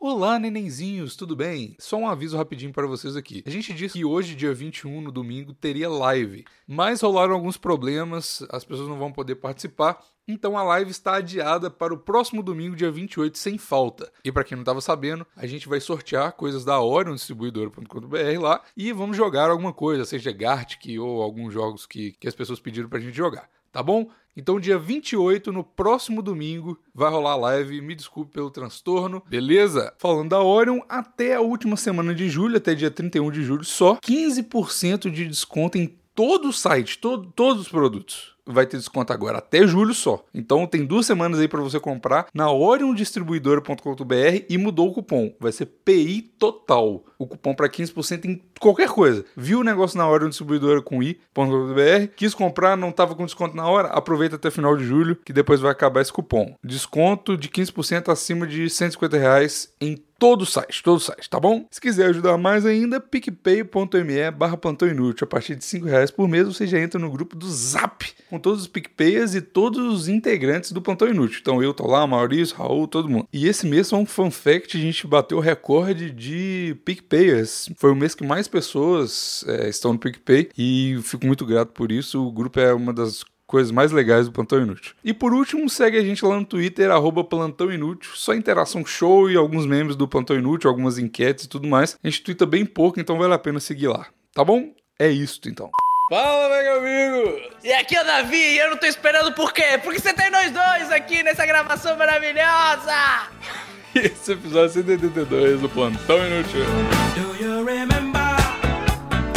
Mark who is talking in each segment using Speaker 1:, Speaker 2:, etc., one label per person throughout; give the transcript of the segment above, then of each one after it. Speaker 1: Olá, nenenzinhos, tudo bem? Só um aviso rapidinho para vocês aqui. A gente disse que hoje, dia 21, no domingo, teria live, mas rolaram alguns problemas, as pessoas não vão poder participar. Então a live está adiada para o próximo domingo, dia 28, sem falta. E para quem não estava sabendo, a gente vai sortear coisas da Orion distribuidora.com.br lá e vamos jogar alguma coisa, seja Gartic ou alguns jogos que, que as pessoas pediram para a gente jogar, tá bom? Então, dia 28, no próximo domingo, vai rolar a live. Me desculpe pelo transtorno, beleza? Falando da Orion, até a última semana de julho, até dia 31 de julho, só 15% de desconto em todo o site, todo, todos os produtos vai ter desconto agora até julho só. Então tem duas semanas aí para você comprar na oriondistribuidora.com.br e mudou o cupom. Vai ser PI total. O cupom para 15% em qualquer coisa. Viu o negócio na Orion Distribuidora com i.com.br, quis comprar, não estava com desconto na hora, aproveita até final de julho que depois vai acabar esse cupom. Desconto de 15% acima de 150 reais em todo o site, todo o site, tá bom? Se quiser ajudar mais ainda, picpay.me barra plantão inútil. A partir de 5 reais por mês, você já entra no grupo do Zap, com todos os PicPayers e todos os integrantes do Plantão Inútil. Então eu tô lá, Maurício, Raul, todo mundo. E esse mês foi um fun fact, a gente bateu o recorde de PicPayers. Foi o mês que mais pessoas é, estão no PicPay e fico muito grato por isso. O grupo é uma das coisas mais legais do Plantão Inútil. E por último, segue a gente lá no Twitter, arroba Plantão Inútil, só interação show e alguns membros do Plantão Inútil, algumas enquetes e tudo mais. A gente twitta bem pouco, então vale a pena seguir lá, tá bom? É isso então.
Speaker 2: Fala, meu amigo! E aqui é o Davi e eu não tô esperando por quê? Porque você tem nós dois aqui nessa gravação maravilhosa!
Speaker 1: Esse episódio é 182 do Plantão Inútil.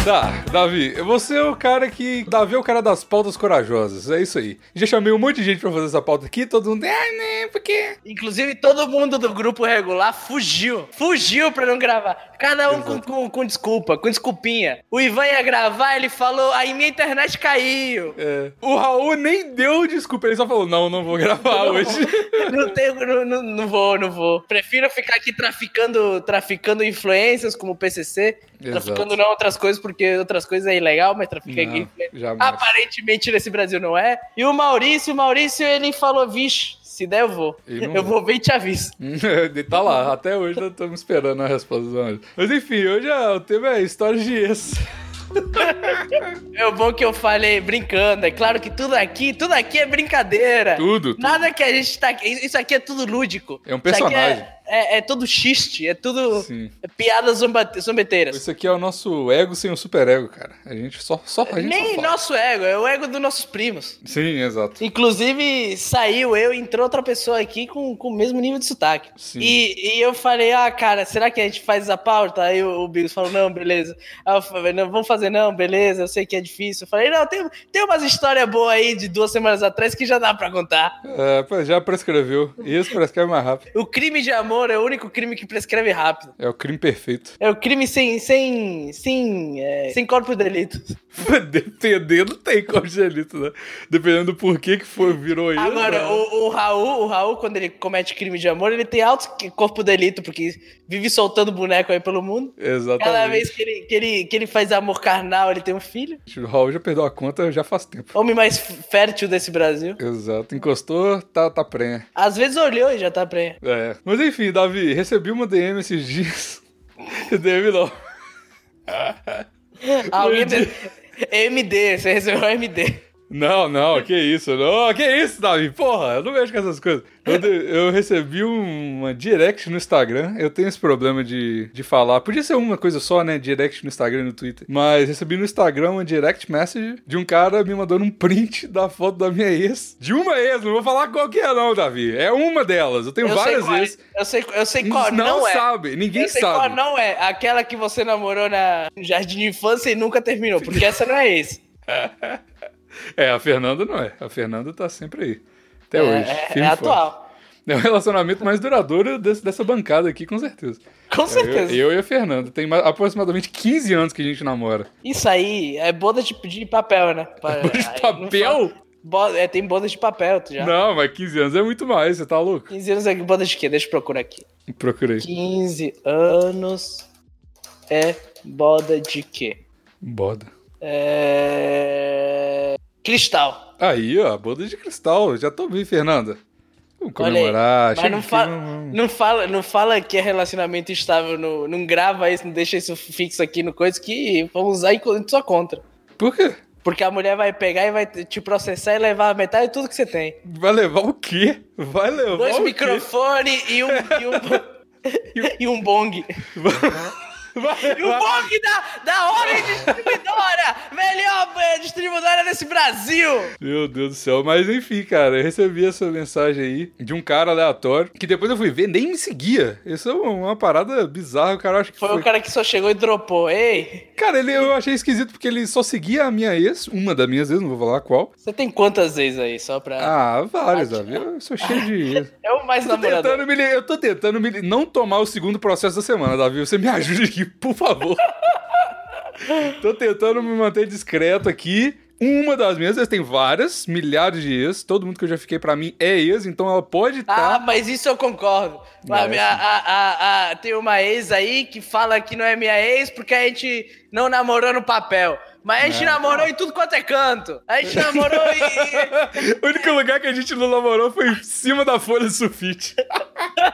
Speaker 1: Tá, Davi, você é o cara que. Davi é o cara das pautas corajosas, é isso aí. Já chamei um monte de gente pra fazer essa pauta aqui, todo mundo. Ah, né, porque.
Speaker 2: Inclusive, todo mundo do grupo regular fugiu. Fugiu pra não gravar. Cada um com,
Speaker 1: Exato.
Speaker 2: com- com desculpa, com desculpinha. O Ivan ia gravar, ele falou, aí minha internet caiu.
Speaker 1: É. O Raul nem deu desculpa, ele só falou: não, não vou gravar hoje.
Speaker 2: Não tenho, não, não, não vou, não vou. Prefiro ficar aqui traficando, traficando influências como o PCC.
Speaker 1: Exato.
Speaker 2: Traficando não outras coisas, porque outras coisas é ilegal, mas traficar
Speaker 1: Não,
Speaker 2: influência.
Speaker 1: jamais.
Speaker 2: Aparentemente nesse Brasil não é. E o Maurício, o Maurício, ele falou, vixe, se der eu vou.
Speaker 1: Ele não
Speaker 2: Eu
Speaker 1: vai.
Speaker 2: vou ver e te aviso.
Speaker 1: Ele tá lá, até hoje nós estamos esperando a resposta do Anjo. Mas enfim, hoje ah, o tema é história de ex.
Speaker 2: É o bom que eu falei brincando. É claro que tudo aqui, tudo aqui é brincadeira.
Speaker 1: Tudo, tudo.
Speaker 2: Nada que a gente tá aqui. Isso aqui é tudo lúdico.
Speaker 1: É um
Speaker 2: Isso aqui
Speaker 1: personagem.
Speaker 2: É, é, é tudo xiste, é tudo
Speaker 1: Sim.
Speaker 2: é piadas zombate- zombeteiras.
Speaker 1: Isso aqui é o nosso ego sem o super ego, cara. A gente só. só a gente
Speaker 2: Nem
Speaker 1: só fala.
Speaker 2: nosso ego, é o ego dos nossos primos.
Speaker 1: Sim, exato.
Speaker 2: Inclusive, saiu eu, entrou outra pessoa aqui com, com o mesmo nível de sotaque.
Speaker 1: Sim.
Speaker 2: E, e eu falei, ah, cara, será que a gente faz essa pauta? Aí o, o Bigos falou, não, beleza. Aí eu falei, não, vamos fazer não, beleza, eu sei que é difícil. Eu falei, não, tem, tem umas histórias boas aí de duas semanas atrás que já dá pra contar.
Speaker 1: É, pois já prescreveu. Isso prescreve mais rápido.
Speaker 2: O crime de amor é o único crime que prescreve rápido.
Speaker 1: É o crime perfeito.
Speaker 2: É o crime sem, sem, sem, é, sem corpo de delito.
Speaker 1: Dependendo, tem congelito, né? Dependendo do porquê que foi, virou isso.
Speaker 2: Agora,
Speaker 1: né?
Speaker 2: o, o Raul, o Raul, quando ele comete crime de amor, ele tem alto corpo de delito, porque vive soltando boneco aí pelo mundo.
Speaker 1: Exatamente.
Speaker 2: Cada vez que ele, que, ele, que ele faz amor carnal, ele tem um filho.
Speaker 1: O Raul já perdeu a conta já faz tempo.
Speaker 2: Homem mais fértil desse Brasil.
Speaker 1: Exato. Encostou, tá, tá prenha.
Speaker 2: Às vezes olhou e já tá prenha.
Speaker 1: É. Mas enfim, Davi, recebi uma DM esses dias. DM não.
Speaker 2: Alguém. MD, você recebeu um MD.
Speaker 1: Não, não, que isso, não, Oh, que isso, Davi, porra, eu não mexo com essas coisas. Eu, de- eu recebi uma direct no Instagram, eu tenho esse problema de, de falar, podia ser uma coisa só, né, direct no Instagram e no Twitter, mas recebi no Instagram uma direct message de um cara me mandando um print da foto da minha ex, de uma ex, não vou falar qual que é não, Davi, é uma delas, eu tenho
Speaker 2: Eu sei
Speaker 1: várias
Speaker 2: qual é.
Speaker 1: ex.
Speaker 2: Eu sei, eu sei qual não,
Speaker 1: não
Speaker 2: é.
Speaker 1: sabe, ninguém
Speaker 2: eu sei
Speaker 1: sabe.
Speaker 2: qual não é. Aquela que você namorou na no jardim de infância e nunca terminou, porque essa não é esse.
Speaker 1: É, a Fernanda não é, a Fernanda tá sempre aí, até
Speaker 2: é,
Speaker 1: hoje.
Speaker 2: é-
Speaker 1: firme
Speaker 2: é
Speaker 1: e forte.
Speaker 2: atual.
Speaker 1: É o relacionamento mais duradouro desse- dessa bancada aqui, com certeza.
Speaker 2: Com certeza.
Speaker 1: Eu, eu É, e a Fernanda. Tem ma- aproximadamente 15 anos que a gente namora.
Speaker 2: Isso aí é boda de, de papel, né? Pa-
Speaker 1: Boda de
Speaker 2: aí,
Speaker 1: papel?
Speaker 2: não fala- Bo- é, tem boda de papel, tu já.
Speaker 1: Não, mas 15 anos é muito mais, você tá louco?
Speaker 2: 15 anos é boda de quê? Deixa eu procurar aqui.
Speaker 1: Procurei.
Speaker 2: 15 anos é boda de quê?
Speaker 1: Boda.
Speaker 2: É... Cristal.
Speaker 1: Aí, ó, boda de cristal. Já tô bem, Fernanda. Vamos comemorar.
Speaker 2: Mas
Speaker 1: chega
Speaker 2: não
Speaker 1: de
Speaker 2: fala,
Speaker 1: clima, vamos-
Speaker 2: não, fala, não fala que é relacionamento estável, não, não grava isso, não deixa isso fixo aqui no coisa que vão usar em co- em sua contra.
Speaker 1: Por quê?
Speaker 2: Porque a mulher vai pegar e vai te processar e levar metade de tudo que você tem.
Speaker 1: Vai levar o quê? Vai levar
Speaker 2: Dois
Speaker 1: o quê?
Speaker 2: microfones e um, e um, e um bong.
Speaker 1: Vai
Speaker 2: E o
Speaker 1: levar...
Speaker 2: bong da, da Orem Distribuidora! Melhor eh, distribuidora desse Brasil!
Speaker 1: Meu Deus do céu. Mas enfim, cara, eu recebi essa mensagem aí de um cara aleatório que depois eu fui ver, nem me seguia. Isso é uma uma parada bizarra. O cara acha que
Speaker 2: Foi o cara que só chegou e dropou. Ei,
Speaker 1: Cara, ele, eu achei esquisito porque ele só seguia a minha ex, uma das minhas ex, não vou falar qual.
Speaker 2: você tem quantas vezes aí? Só pra.
Speaker 1: Ah, várias, sabe? Eu sou cheio de ex.
Speaker 2: é o mais
Speaker 1: Tô
Speaker 2: namorador.
Speaker 1: tentando me, li- eu tô tentando me, li- não tomar o segundo processo da semana, Davi. Você me ajude aqui, por favor. tô tentando me manter discreto aqui. Uma das minhas ex tem várias, milhares de ex. Todo mundo que eu já fiquei pra mim é ex, então ela pode estar.
Speaker 2: Ah, mas isso eu concordo.
Speaker 1: Não,
Speaker 2: A minha-
Speaker 1: é
Speaker 2: a- a- a- tem uma ex aí que fala que não é minha ex porque a gente não namorou no papel. Mas a gente namorou em tudo quanto é canto. A gente namorou em.
Speaker 1: O único lugar que a gente não namorou foi em cima da folha do sulfite. Mas na
Speaker 2: Aí você colocou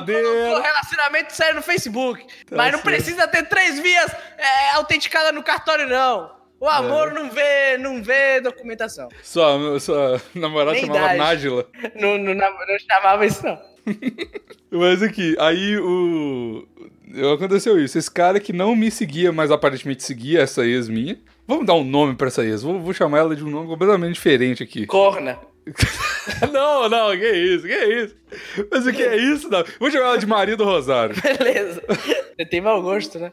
Speaker 2: no
Speaker 1: geladeira.
Speaker 2: relacionamento sério no Facebook.
Speaker 1: Tá
Speaker 2: mas não
Speaker 1: certo.
Speaker 2: precisa ter três vias é, autenticada no cartório, não. O amor não vê, não vê documentação.
Speaker 1: Sua, sua namorada
Speaker 2: Nem
Speaker 1: chamava
Speaker 2: idade.
Speaker 1: Nájila.
Speaker 2: Não, não, não- não chamava isso, não.
Speaker 1: Mas aqui, aí o. Aconteceu isso. Esse cara que não me seguia, mas aparentemente seguia essa ex minha. Vamos dar um nome pra essa ex. Vou, vou chamar ela de um nome completamente diferente aqui.
Speaker 2: Corna.
Speaker 1: não, não, que isso, que isso. Mas o que é isso, Davi? Vou chamar ela de Maria do Rosário.
Speaker 2: Beleza. Você tem mau gosto, né?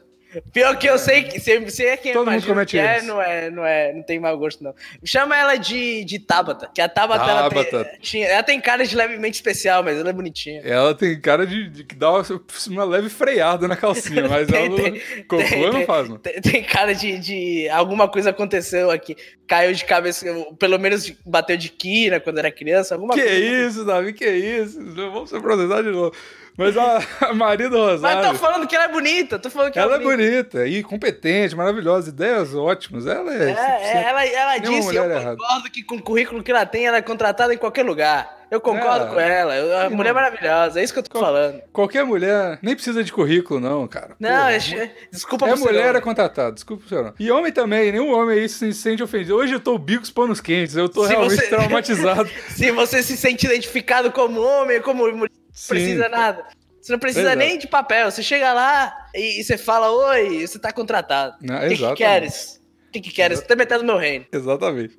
Speaker 2: Pior que eu sei que você, você é quem
Speaker 1: Todo mundo
Speaker 2: imagina
Speaker 1: comete
Speaker 2: que é,
Speaker 1: erros.
Speaker 2: não é, não é, não tem mau gosto, não. Chama ela de, de Tabata, que a Tabata, Ela,
Speaker 1: Tabata.
Speaker 2: tem, tinha- ela tem cara de levemente especial, mas ela é bonitinha.
Speaker 1: Ela tem cara de, de que dá uma, uma leve freada na calcinha, mas é
Speaker 2: Tem-
Speaker 1: ela não.
Speaker 2: tem-
Speaker 1: Cocô
Speaker 2: tem-
Speaker 1: não faz, não.
Speaker 2: Tem, tem cara de, de. Alguma coisa aconteceu aqui. Caiu de cabeça, pelo menos bateu de quina quando era criança, alguma
Speaker 1: Que
Speaker 2: coisa.
Speaker 1: isso, Davi, que isso. Vamos se processar de novo. Mas a, a Maria do Rosário.
Speaker 2: Mas eu tô falando que ela é bonita, tô falando que
Speaker 1: Ela é
Speaker 2: bonita.
Speaker 1: bonita e competente, maravilhosa, ideias ótimas. Ela é.
Speaker 2: É, é, ela, ela
Speaker 1: Nenhuma
Speaker 2: disse, eu
Speaker 1: mulher é
Speaker 2: concordo que com o currículo que ela tem, ela é contratada em qualquer lugar. Eu concordo
Speaker 1: É.
Speaker 2: com ela, eu- a
Speaker 1: Sim,
Speaker 2: mulher é
Speaker 1: não.
Speaker 2: maravilhosa, é isso que eu tô falando.
Speaker 1: Qualquer mulher nem precisa de currículo, não, cara.
Speaker 2: Não,
Speaker 1: Porra,
Speaker 2: eu- desculpa
Speaker 1: é
Speaker 2: por ser
Speaker 1: mulher é
Speaker 2: homem.
Speaker 1: contratado, desculpa, senhor. E homem também, nenhum homem aí se sente ofendido. Hoje eu tô bicos panos quentes, eu tô
Speaker 2: Se
Speaker 1: realmente
Speaker 2: você-
Speaker 1: traumatizado.
Speaker 2: Se você se sente identificado como homem, como mulher, não
Speaker 1: Sim.
Speaker 2: precisa nada. Você não precisa
Speaker 1: Exato.
Speaker 2: nem de papel, você chega lá e, e você fala, oi, você tá contratado.
Speaker 1: Não,
Speaker 2: o que, que
Speaker 1: exatamente.
Speaker 2: queres? O que, que queres? Você tá metendo meu reino.
Speaker 1: Exatamente.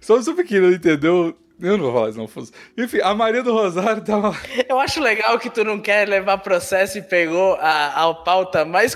Speaker 1: Só se o pequeno entendeu. Eu não vou falar isso, não. foda-se. Enfim, a Maria do Rosário tava.
Speaker 2: Eu acho legal que tu não quer levar processo e pegou a, a pauta mais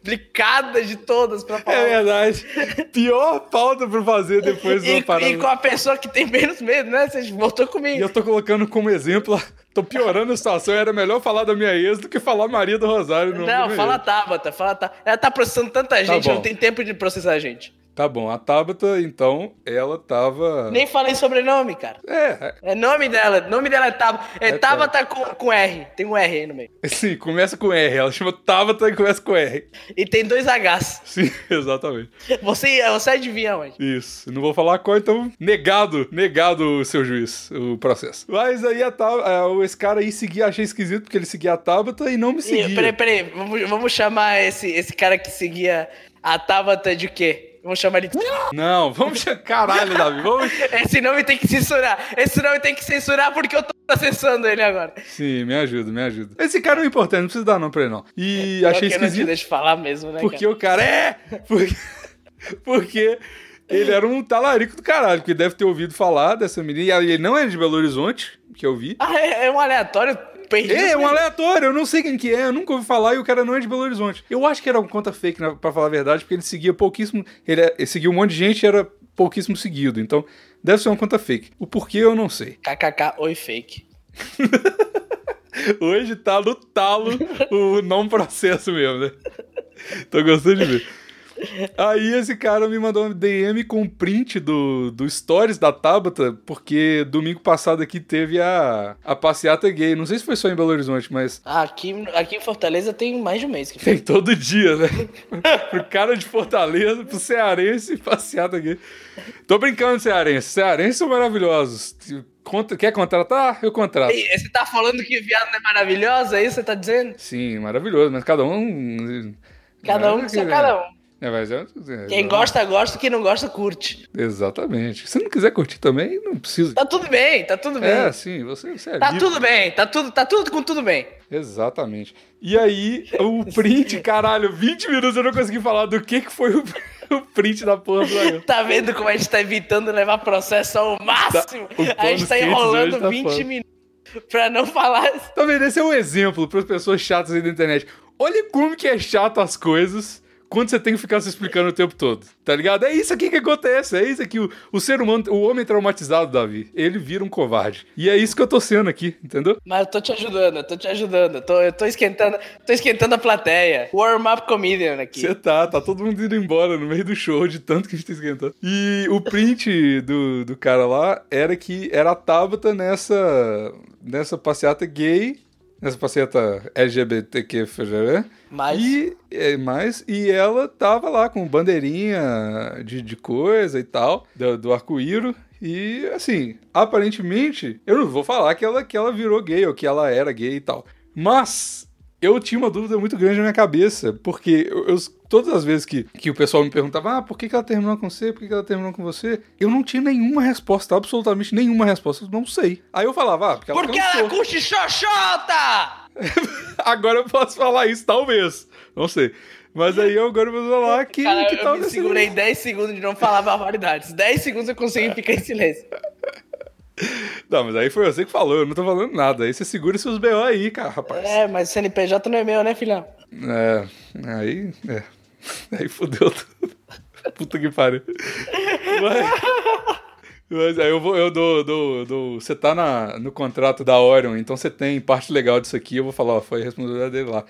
Speaker 2: complicada de todas pra falar.
Speaker 1: É verdade. Pior pauta pra fazer depois de
Speaker 2: E,
Speaker 1: uma parada.
Speaker 2: e com a pessoa que tem menos medo, né? Você voltou
Speaker 1: E eu
Speaker 2: comigo.
Speaker 1: tô colocando como exemplo, tô piorando a situação. Era melhor falar da minha ex do que falar Maria do Rosário. né? No
Speaker 2: Não, fala Tabata, fala Tabata. Ela tá processando tanta gente,
Speaker 1: bom.
Speaker 2: não tem tempo de processar a gente.
Speaker 1: Tá bom, a Tabata, então, ela tava.
Speaker 2: Nem falei sobrenome, cara.
Speaker 1: É,
Speaker 2: É nome dela, nome dela é Tabata. É,
Speaker 1: É
Speaker 2: Tabata com, com R, tem um R aí no meio.
Speaker 1: sim, assim, começa com R. Ela chama Tabata e começa com R.
Speaker 2: E tem dois Hs.
Speaker 1: Sim, exatamente.
Speaker 2: Você, você adivinha onde?
Speaker 1: Isso. Não vou falar qual, então, negado, negado o seu juiz, o processo. Mas aí a Tabata, esse cara aí seguia, achei esquisito, porque ele seguia a Tabata e não me
Speaker 2: E, peraí,
Speaker 1: seguia.
Speaker 2: peraí, vamos, vamos chamar esse, esse cara que seguia a Tabata de quê? Vamos chamar ele de...
Speaker 1: Não, vamos. cha- Caralho, Davi, vamos.
Speaker 2: Esse nome tem que censurar. Esse nome tem que censurar porque eu tô acessando ele agora.
Speaker 1: Sim, me ajuda, me ajuda. Esse cara é um importante, não precisa dar nome pra ele, não. E achei
Speaker 2: É, Pior que eu não te
Speaker 1: esquisito.
Speaker 2: deixo falar mesmo, né,
Speaker 1: Porque o cara é! Porque, porque ele era um talarico do caralho, porque deve ter ouvido falar dessa menina. E aí ele não é de Belo Horizonte, que eu vi.
Speaker 2: Ah, é, é um aleatório perdido.
Speaker 1: Ele é um aleatório, eu não sei quem que é, eu nunca ouvi falar e o cara não é de Belo Horizonte. Eu acho que era uma conta fake, na- pra falar a verdade, porque ele seguia pouquíssimo. Ele, é- ele seguia um monte de gente e era pouquíssimo seguido. Então, deve ser uma conta fake. O porquê eu não sei.
Speaker 2: KKK, oi fake.
Speaker 1: Hoje tá no talo o não processo mesmo, né? Tô gostando de ver. Aí esse cara me mandou um DM com um print do, do Stories da Tabata, porque domingo passado aqui teve a, a passeata gay. Não sei se foi só em Belo Horizonte, mas
Speaker 2: Ah, aqui, aqui em Fortaleza tem mais de um mês que foi.
Speaker 1: tem todo dia, né? pro cara de Fortaleza, pro cearense, passeata gay. Tô brincando, cearense. Cearenses são maravilhosos. Conta- quer contratar? Eu contrato.
Speaker 2: Ei, você tá falando que viado não é maravilhoso? É isso que você tá dizendo?
Speaker 1: Sim, maravilhoso, mas cada um.
Speaker 2: Cada um com seu cada um.
Speaker 1: É, mas é- é-
Speaker 2: Quem
Speaker 1: é-
Speaker 2: gosta, gosta. Quem não gosta, curte.
Speaker 1: Exatamente. Se não quiser curtir também, não precisa.
Speaker 2: Tá tudo bem, tá tudo bem.
Speaker 1: É, sim, você, você é
Speaker 2: Tá
Speaker 1: livre.
Speaker 2: tudo bem, tá tudo, tá tudo com tudo bem.
Speaker 1: Exatamente. E aí, o print, caralho, 20 minutos eu não consegui falar do que, que foi o, o print da porra do Lion.
Speaker 2: Tá vendo como a gente tá evitando levar processo ao máximo?
Speaker 1: Tá, o
Speaker 2: a
Speaker 1: plano
Speaker 2: gente tá
Speaker 1: Skates
Speaker 2: enrolando
Speaker 1: hoje tá
Speaker 2: 20
Speaker 1: foda.
Speaker 2: minutos pra não falar.
Speaker 1: Tá vendo? Esse é um exemplo para as pessoas chatas aí da internet. Olha como que é chato as coisas quando você tem que ficar se explicando o tempo todo, tá ligado? É isso aqui que acontece, é isso aqui. O, o ser humano, o homem traumatizado, Davi, ele vira um covarde. E é isso que eu tô sendo aqui, entendeu?
Speaker 2: Mas eu tô te ajudando, eu tô te ajudando. Eu tô, eu tô esquentando, tô esquentando a plateia. Warm-up comedian aqui.
Speaker 1: Você tá, tá todo mundo indo embora no meio do show de tanto que a gente tá esquentando. E o print do, do cara lá era que era a Tabata nessa, nessa passeata gay, nessa passeata LGBTQ,
Speaker 2: Mas
Speaker 1: né? E, é, mas, e ela tava lá com bandeirinha de, de coisa e tal, do, do arco-íro. E assim, aparentemente, eu não vou falar que ela, que ela virou gay ou que ela era gay e tal. Mas eu tinha uma dúvida muito grande na minha cabeça, porque eu, eu- todas as vezes que, que o pessoal me perguntava, ah, por que, que ela terminou com você? Por que, que ela terminou com você? Eu não tinha nenhuma resposta, absolutamente nenhuma resposta. Eu não sei. Aí eu falava, ah, porque ela
Speaker 2: porque
Speaker 1: cansou.
Speaker 2: ela curte xoxota!
Speaker 1: Agora eu posso falar isso, talvez. Não sei. Mas aí é eu agora vou falar que,
Speaker 2: Cara,
Speaker 1: "Ah, que tá
Speaker 2: eu me
Speaker 1: talvez.
Speaker 2: segurei 10 segundos de não falar barbaridades. 10 segundos eu
Speaker 1: É.
Speaker 2: consegui ficar em silêncio.
Speaker 1: Não, mas aí foi você que falou, eu não tô falando nada. Aí você segura seus BO aí, cara, rapaz. É,
Speaker 2: É, mas CNPJ não é meu, né, filhão?
Speaker 1: aí. É. Aí fodeu tudo. Puta que pariu. Mas, mas aí eu vou, eu dou, dou, dou- Você tá na, no contrato da Orion, então você tem parte legal disso aqui. Eu vou falar, ó, foi a responsabilidade dele lá.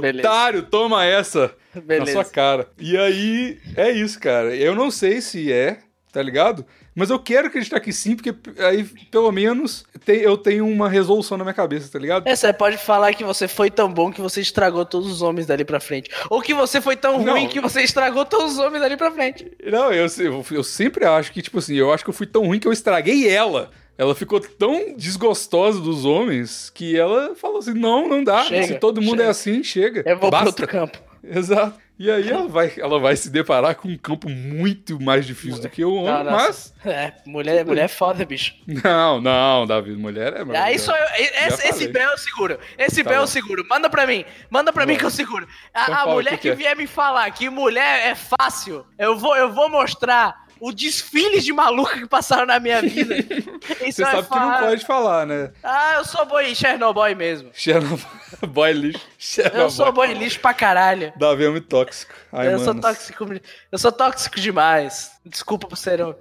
Speaker 2: Beleza.
Speaker 1: Otário, toma essa!
Speaker 2: Beleza.
Speaker 1: na sua cara. E aí, é isso, cara. Eu não sei se é, tá ligado? Mas eu quero acreditar que sim, porque aí, pelo menos, tem- eu tenho uma resolução na minha cabeça, tá ligado?
Speaker 2: É, você pode falar que você foi tão bom que você estragou todos os homens dali pra frente. Ou que você foi tão
Speaker 1: Não.
Speaker 2: ruim que você estragou todos os homens dali pra frente.
Speaker 1: Não, eu, se- eu, eu sempre acho que, tipo assim, eu acho que eu fui tão ruim que eu estraguei ela. Ela ficou tão desgostosa dos homens que ela falou assim: não, não dá.
Speaker 2: Chega,
Speaker 1: se todo mundo
Speaker 2: chega.
Speaker 1: é assim, chega.
Speaker 2: Eu vou
Speaker 1: Basta.
Speaker 2: pro outro campo.
Speaker 1: Exato. E aí ela vai, ela vai se deparar com um campo muito mais difícil do que o homem,
Speaker 2: Não, não,
Speaker 1: mas.
Speaker 2: É, mulher, mulher é foda, bicho.
Speaker 1: Não, não, Davi, mulher é
Speaker 2: Aí só eu. Esse,
Speaker 1: Já
Speaker 2: esse
Speaker 1: falei.
Speaker 2: bel eu seguro. Esse
Speaker 1: Tá
Speaker 2: bel eu
Speaker 1: bom.
Speaker 2: seguro. Manda pra mim. Manda pra mim que eu seguro. A,
Speaker 1: Então
Speaker 2: a
Speaker 1: fala,
Speaker 2: mulher
Speaker 1: o
Speaker 2: que,
Speaker 1: que que é?
Speaker 2: vier me falar que mulher é fácil, eu vou, eu vou mostrar o desfile de maluca que passaram na minha vida. Isso é
Speaker 1: Você sabe que não pode falar, né?
Speaker 2: Ah, eu sou boi Chernobyl mesmo.
Speaker 1: Chernobyl. Boy lixo. Chernobyl.
Speaker 2: Eu sou boi lixo pra caralho.
Speaker 1: Davi é muito tóxico. Ai,
Speaker 2: eu sou
Speaker 1: manos.
Speaker 2: tóxico. Eu sou tóxico demais. Desculpa por ser um- homem.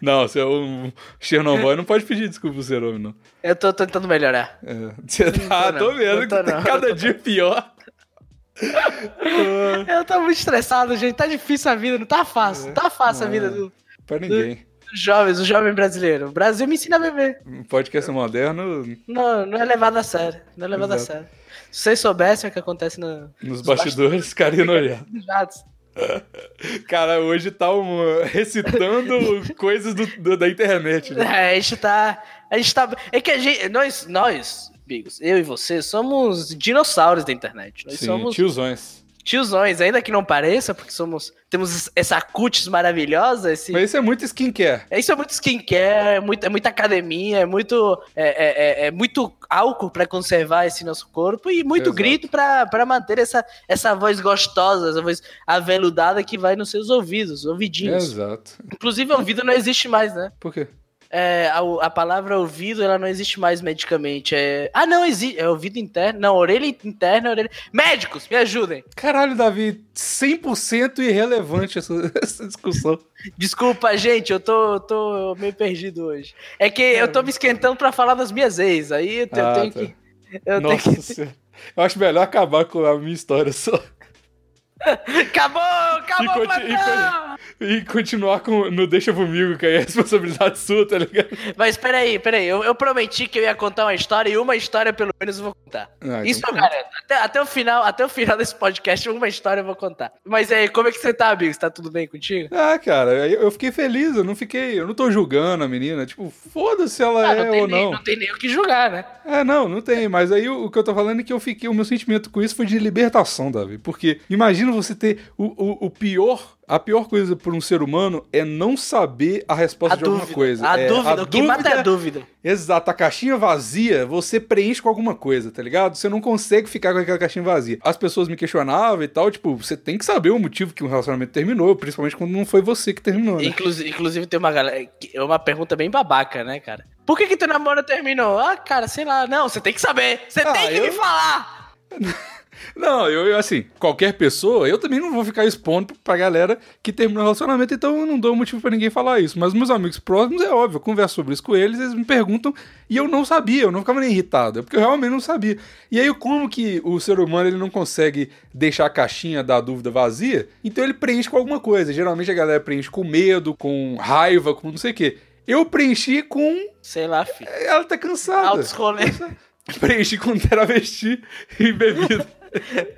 Speaker 1: Não, você é um Chernobyl não pode pedir desculpa pro ser homem, não.
Speaker 2: Eu tô, tô tentando melhorar.
Speaker 1: É. Você
Speaker 2: tô,
Speaker 1: tá, tô
Speaker 2: não.
Speaker 1: vendo
Speaker 2: Não tô,
Speaker 1: que tá
Speaker 2: não.
Speaker 1: cada dia pior. Ah,
Speaker 2: Eu tô muito estressado, gente. Tá difícil a vida, não tá fácil. Tá fácil a vida
Speaker 1: É.
Speaker 2: do,
Speaker 1: pra ninguém.
Speaker 2: dos jovens, o jovem brasileiro. O Brasil me ensina a beber.
Speaker 1: Um podcast moderno
Speaker 2: Não, não é levado a sério. Não é levado
Speaker 1: Exato.
Speaker 2: a sério. Se vocês soubessem o que acontece no,
Speaker 1: nos bastidores, ficaria enojado.
Speaker 2: nos jatos.
Speaker 1: Cara, hoje tá um, recitando coisas do- do- da internet. Né?
Speaker 2: É, a gente tá. A gente tá. É que a gente. Nós, nós, Bigos, eu e você, somos dinossauros da internet. Nós
Speaker 1: Sim,
Speaker 2: somos
Speaker 1: tiozões.
Speaker 2: tiozões, ainda que não pareça, porque somos. Temos essa cutis maravilhosa, esse.
Speaker 1: Mas isso é muito skincare.
Speaker 2: É, Isso é muito skincare, é muito- é muita academia, é muito, é, é- é- é muito álcool pra conservar esse nosso corpo e muito
Speaker 1: Exato.
Speaker 2: grito pra pra manter essa, essa voz gostosa, essa voz aveludada que vai nos seus ouvidos, ouvidinhos.
Speaker 1: Exato.
Speaker 2: Inclusive, ouvido não existe mais, né?
Speaker 1: Por quê?
Speaker 2: É, a, a palavra ouvido ela não existe mais medicamente. É... Ah, não, existe. É ouvido interno. Não, orelha interna, orelha. Médicos, me ajudem.
Speaker 1: Caralho, Davi, 100% irrelevante essa, essa discussão.
Speaker 2: Desculpa, gente, eu tô, eu tô meio perdido hoje. É que eu tô me esquentando pra falar das minhas ex, aí eu, te- eu
Speaker 1: Ah,
Speaker 2: tenho
Speaker 1: tá.
Speaker 2: que. Eu tenho
Speaker 1: Nossa Senhora. Eu acho melhor acabar com a minha história só.
Speaker 2: que. Acabou! Acabou,
Speaker 1: E conti-
Speaker 2: Platão!
Speaker 1: e continuar com, no Deixa Comigo, que aí é a responsabilidade sua, tá ligado?
Speaker 2: Mas peraí, peraí. Eu, eu prometi que eu ia contar uma história e uma história pelo menos eu vou contar.
Speaker 1: Ah, então
Speaker 2: Isso eu garanto. Até, até o final, até o final desse podcast, uma história eu vou contar. Mas aí, como é que você tá, amigo? Você tá tudo bem contigo?
Speaker 1: Ah, cara, eu eu fiquei feliz, eu não fiquei, eu não tô julgando a menina, tipo, foda-se se ela
Speaker 2: Ah,
Speaker 1: é
Speaker 2: tem
Speaker 1: ou
Speaker 2: nem,
Speaker 1: não.
Speaker 2: tem nem o que julgar, né?
Speaker 1: É, não, não tem, mas aí o, o que eu tô falando é que eu fiquei, o meu sentimento com isso foi de libertação, Davi, porque imagina você ter o, o, o pior, a pior coisa por um ser humano é não saber a resposta
Speaker 2: a
Speaker 1: de
Speaker 2: dúvida.
Speaker 1: alguma coisa.
Speaker 2: A
Speaker 1: É,
Speaker 2: dúvida, o que mata é a
Speaker 1: dúvida-
Speaker 2: dúvida.
Speaker 1: Exato, a caixinha vazia você preenche com alguma coisa, tá ligado? Você não consegue ficar com aquela caixinha vazia. As pessoas me questionavam e tal, tipo, você tem que saber o motivo que um relacionamento terminou, principalmente quando não foi você que terminou, né?
Speaker 2: Inclusive, inclusive tem uma galera. que- é Uma pergunta bem babaca, né, cara? Por que, que teu namoro terminou? Ah, cara, sei lá. Não, você tem que saber. Você
Speaker 1: Ah,
Speaker 2: tem que
Speaker 1: eu-
Speaker 2: me falar.
Speaker 1: Não, eu, eu, assim, qualquer pessoa, eu também não vou ficar expondo pra galera que terminou o relacionamento, então eu não dou motivo pra ninguém falar isso. Mas meus amigos próximos, é óbvio, eu converso sobre isso com eles, eles me perguntam e eu não sabia, eu não ficava nem irritado, é porque eu realmente não sabia. E aí, como que o ser humano ele não consegue deixar a caixinha da dúvida vazia? Então ele preenche com alguma coisa. Geralmente a galera preenche com medo, com raiva, com não sei o quê. Eu preenchi com.
Speaker 2: Sei lá, filho.
Speaker 1: Ela tá cansada.
Speaker 2: Altos rolê,
Speaker 1: Preenchi com travesti e bebida.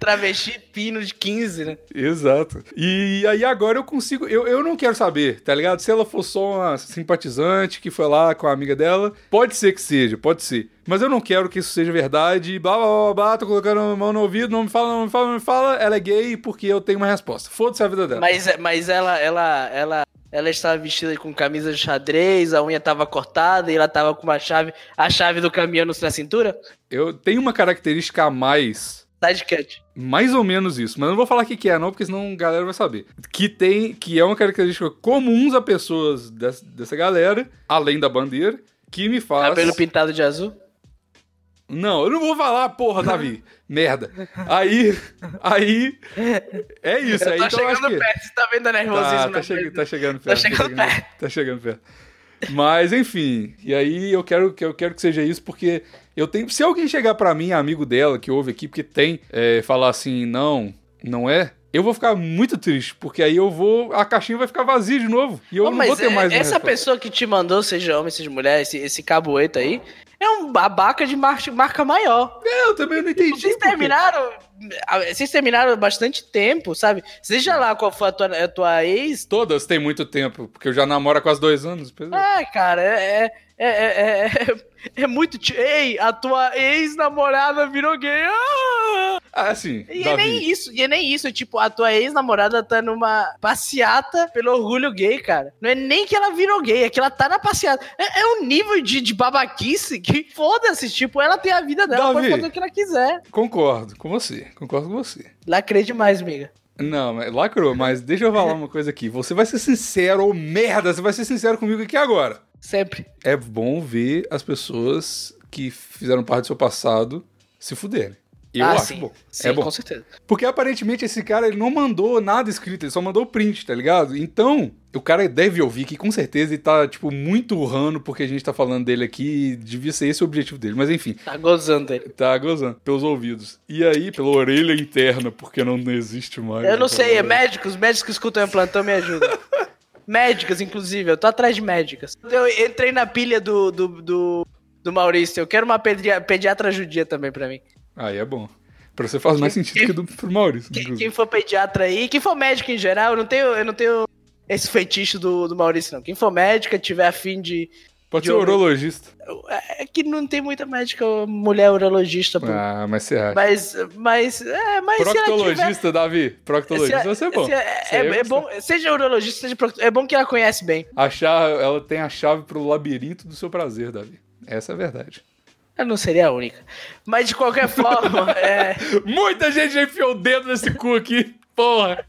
Speaker 2: travesti, pino de 15, né?
Speaker 1: Exato. E aí agora eu consigo. Eu, eu não quero saber, tá ligado? Se ela for só uma simpatizante que foi lá com a amiga dela, pode ser que seja, pode ser. Mas eu não quero que isso seja verdade. Blá blá blá blá, tô colocando a mão no ouvido, não me fala, não me fala, não me fala. Ela é gay porque eu tenho uma resposta. Foda-se a vida dela.
Speaker 2: Mas, mas ela, ela, ela, ela estava vestida com camisa de xadrez, a unha tava cortada e ela tava com uma chave, a chave do caminhão na cintura?
Speaker 1: Eu tenho uma característica a mais.
Speaker 2: Side cut.
Speaker 1: Mais ou menos isso, mas eu não vou falar o que, que é, não, porque senão a galera vai saber. Que tem, que é uma característica comuns a pessoas dessa, dessa galera, além da bandeira, que me faz.
Speaker 2: Cabelo pintado de azul?
Speaker 1: Não, eu não vou falar, porra, Davi. Merda. Aí, aí, é isso.
Speaker 2: eu
Speaker 1: Aí,
Speaker 2: tô
Speaker 1: então eu acho
Speaker 2: chegando
Speaker 1: que...
Speaker 2: perto, você tá vendo a nervosismo?
Speaker 1: Tá,
Speaker 2: na
Speaker 1: tá, chegando,
Speaker 2: frente?
Speaker 1: tá chegando perto.
Speaker 2: Tá chegando
Speaker 1: perto. Tá chegando perto. Mas, enfim, e aí eu quero, que- eu quero que seja isso, porque eu tenho. Se alguém chegar pra mim, amigo dela, que ouve aqui, porque tem, é, falar assim, não, não é, eu vou ficar muito triste, porque aí eu vou. A caixinha vai ficar vazia de novo. E eu
Speaker 2: Ô,
Speaker 1: não
Speaker 2: mas
Speaker 1: vou ter
Speaker 2: é-
Speaker 1: mais.
Speaker 2: essa
Speaker 1: resposta.
Speaker 2: pessoa que te mandou, seja homem, seja mulher, esse, esse caboeta aí, é um babaca de mar- marca maior.
Speaker 1: É, eu também não entendi.
Speaker 2: Vocês
Speaker 1: por quê.
Speaker 2: terminaram. ah, Vocês terminaram há bastante tempo, sabe? Seja lá qual foi a tua, a tua ex.
Speaker 1: Todas têm muito tempo, porque eu já namoro há quase dois anos. pois é.
Speaker 2: Ah, cara, é. é- É, é, é, é- é muito. ti- Ei, a tua ex-namorada virou gay. Ah!
Speaker 1: Ah, assim,
Speaker 2: E é
Speaker 1: Davi.
Speaker 2: nem isso, e é nem isso. Tipo, a tua ex-namorada tá numa passeata pelo orgulho gay, cara. Não é nem que ela virou gay, é que ela tá na passeata. É, é um nível de, de babaquice que foda-se. Tipo, ela tem a vida dela, ela
Speaker 1: Davi.
Speaker 2: pode fazer o que ela quiser.
Speaker 1: Concordo com você, concordo com você.
Speaker 2: Lacrei demais, amiga.
Speaker 1: Não, mas- lacrou, mas deixa eu falar uma coisa aqui. Você vai ser sincero, ou merda, você vai ser sincero comigo aqui agora.
Speaker 2: Sempre.
Speaker 1: É bom ver as pessoas que fizeram parte do seu passado se fuderem. Eu
Speaker 2: Ah,
Speaker 1: acho
Speaker 2: sim.
Speaker 1: bom.
Speaker 2: Sim,
Speaker 1: é bom.
Speaker 2: com certeza.
Speaker 1: Porque aparentemente esse cara ele não mandou nada escrito, ele só mandou o print, tá ligado? Então, o cara deve ouvir que com certeza ele tá, tipo, muito urrando porque a gente tá falando dele aqui, e devia ser esse o objetivo dele. Mas enfim,
Speaker 2: Tá gozando ele.
Speaker 1: Tá gozando. Pelos ouvidos. E aí, pela orelha interna, porque não existe mais.
Speaker 2: Eu não sei, é
Speaker 1: é
Speaker 2: médicos, médicos que escutam em plantão me ajudam. médicas, inclusive, eu tô atrás de médicas. Eu entrei na pilha do, do, do, do Maurício, eu quero uma pedria- pediatra judia também pra mim.
Speaker 1: Aí é bom. Pra você faz mais sentido que do pro Maurício.
Speaker 2: Quem,
Speaker 1: inclusive.
Speaker 2: quem for pediatra aí, quem for médico em geral, eu não tenho, eu não tenho esse feitiço do, do Maurício, não. Quem for médica, tiver afim de.
Speaker 1: Pode ser
Speaker 2: de ouvir.
Speaker 1: urologista.
Speaker 2: É que não tem muita médica mulher urologista, pô.
Speaker 1: Ah, mas você acha.
Speaker 2: Mas, mas, é, mas se ela tiver.
Speaker 1: Proctologista, Davi. Proctologista
Speaker 2: se-
Speaker 1: vai ser bom.
Speaker 2: se- é,
Speaker 1: Isso aí
Speaker 2: é-
Speaker 1: vai
Speaker 2: é
Speaker 1: ser-
Speaker 2: bom, seja urologista, seja proct- é bom que ela conhece bem.
Speaker 1: Achar, ela tem a chave pro labirinto do seu prazer, Davi. Essa é a verdade.
Speaker 2: Ela não seria a única. Mas de qualquer forma, é,
Speaker 1: Muita gente já enfiou o dedo nesse cu aqui. Porra.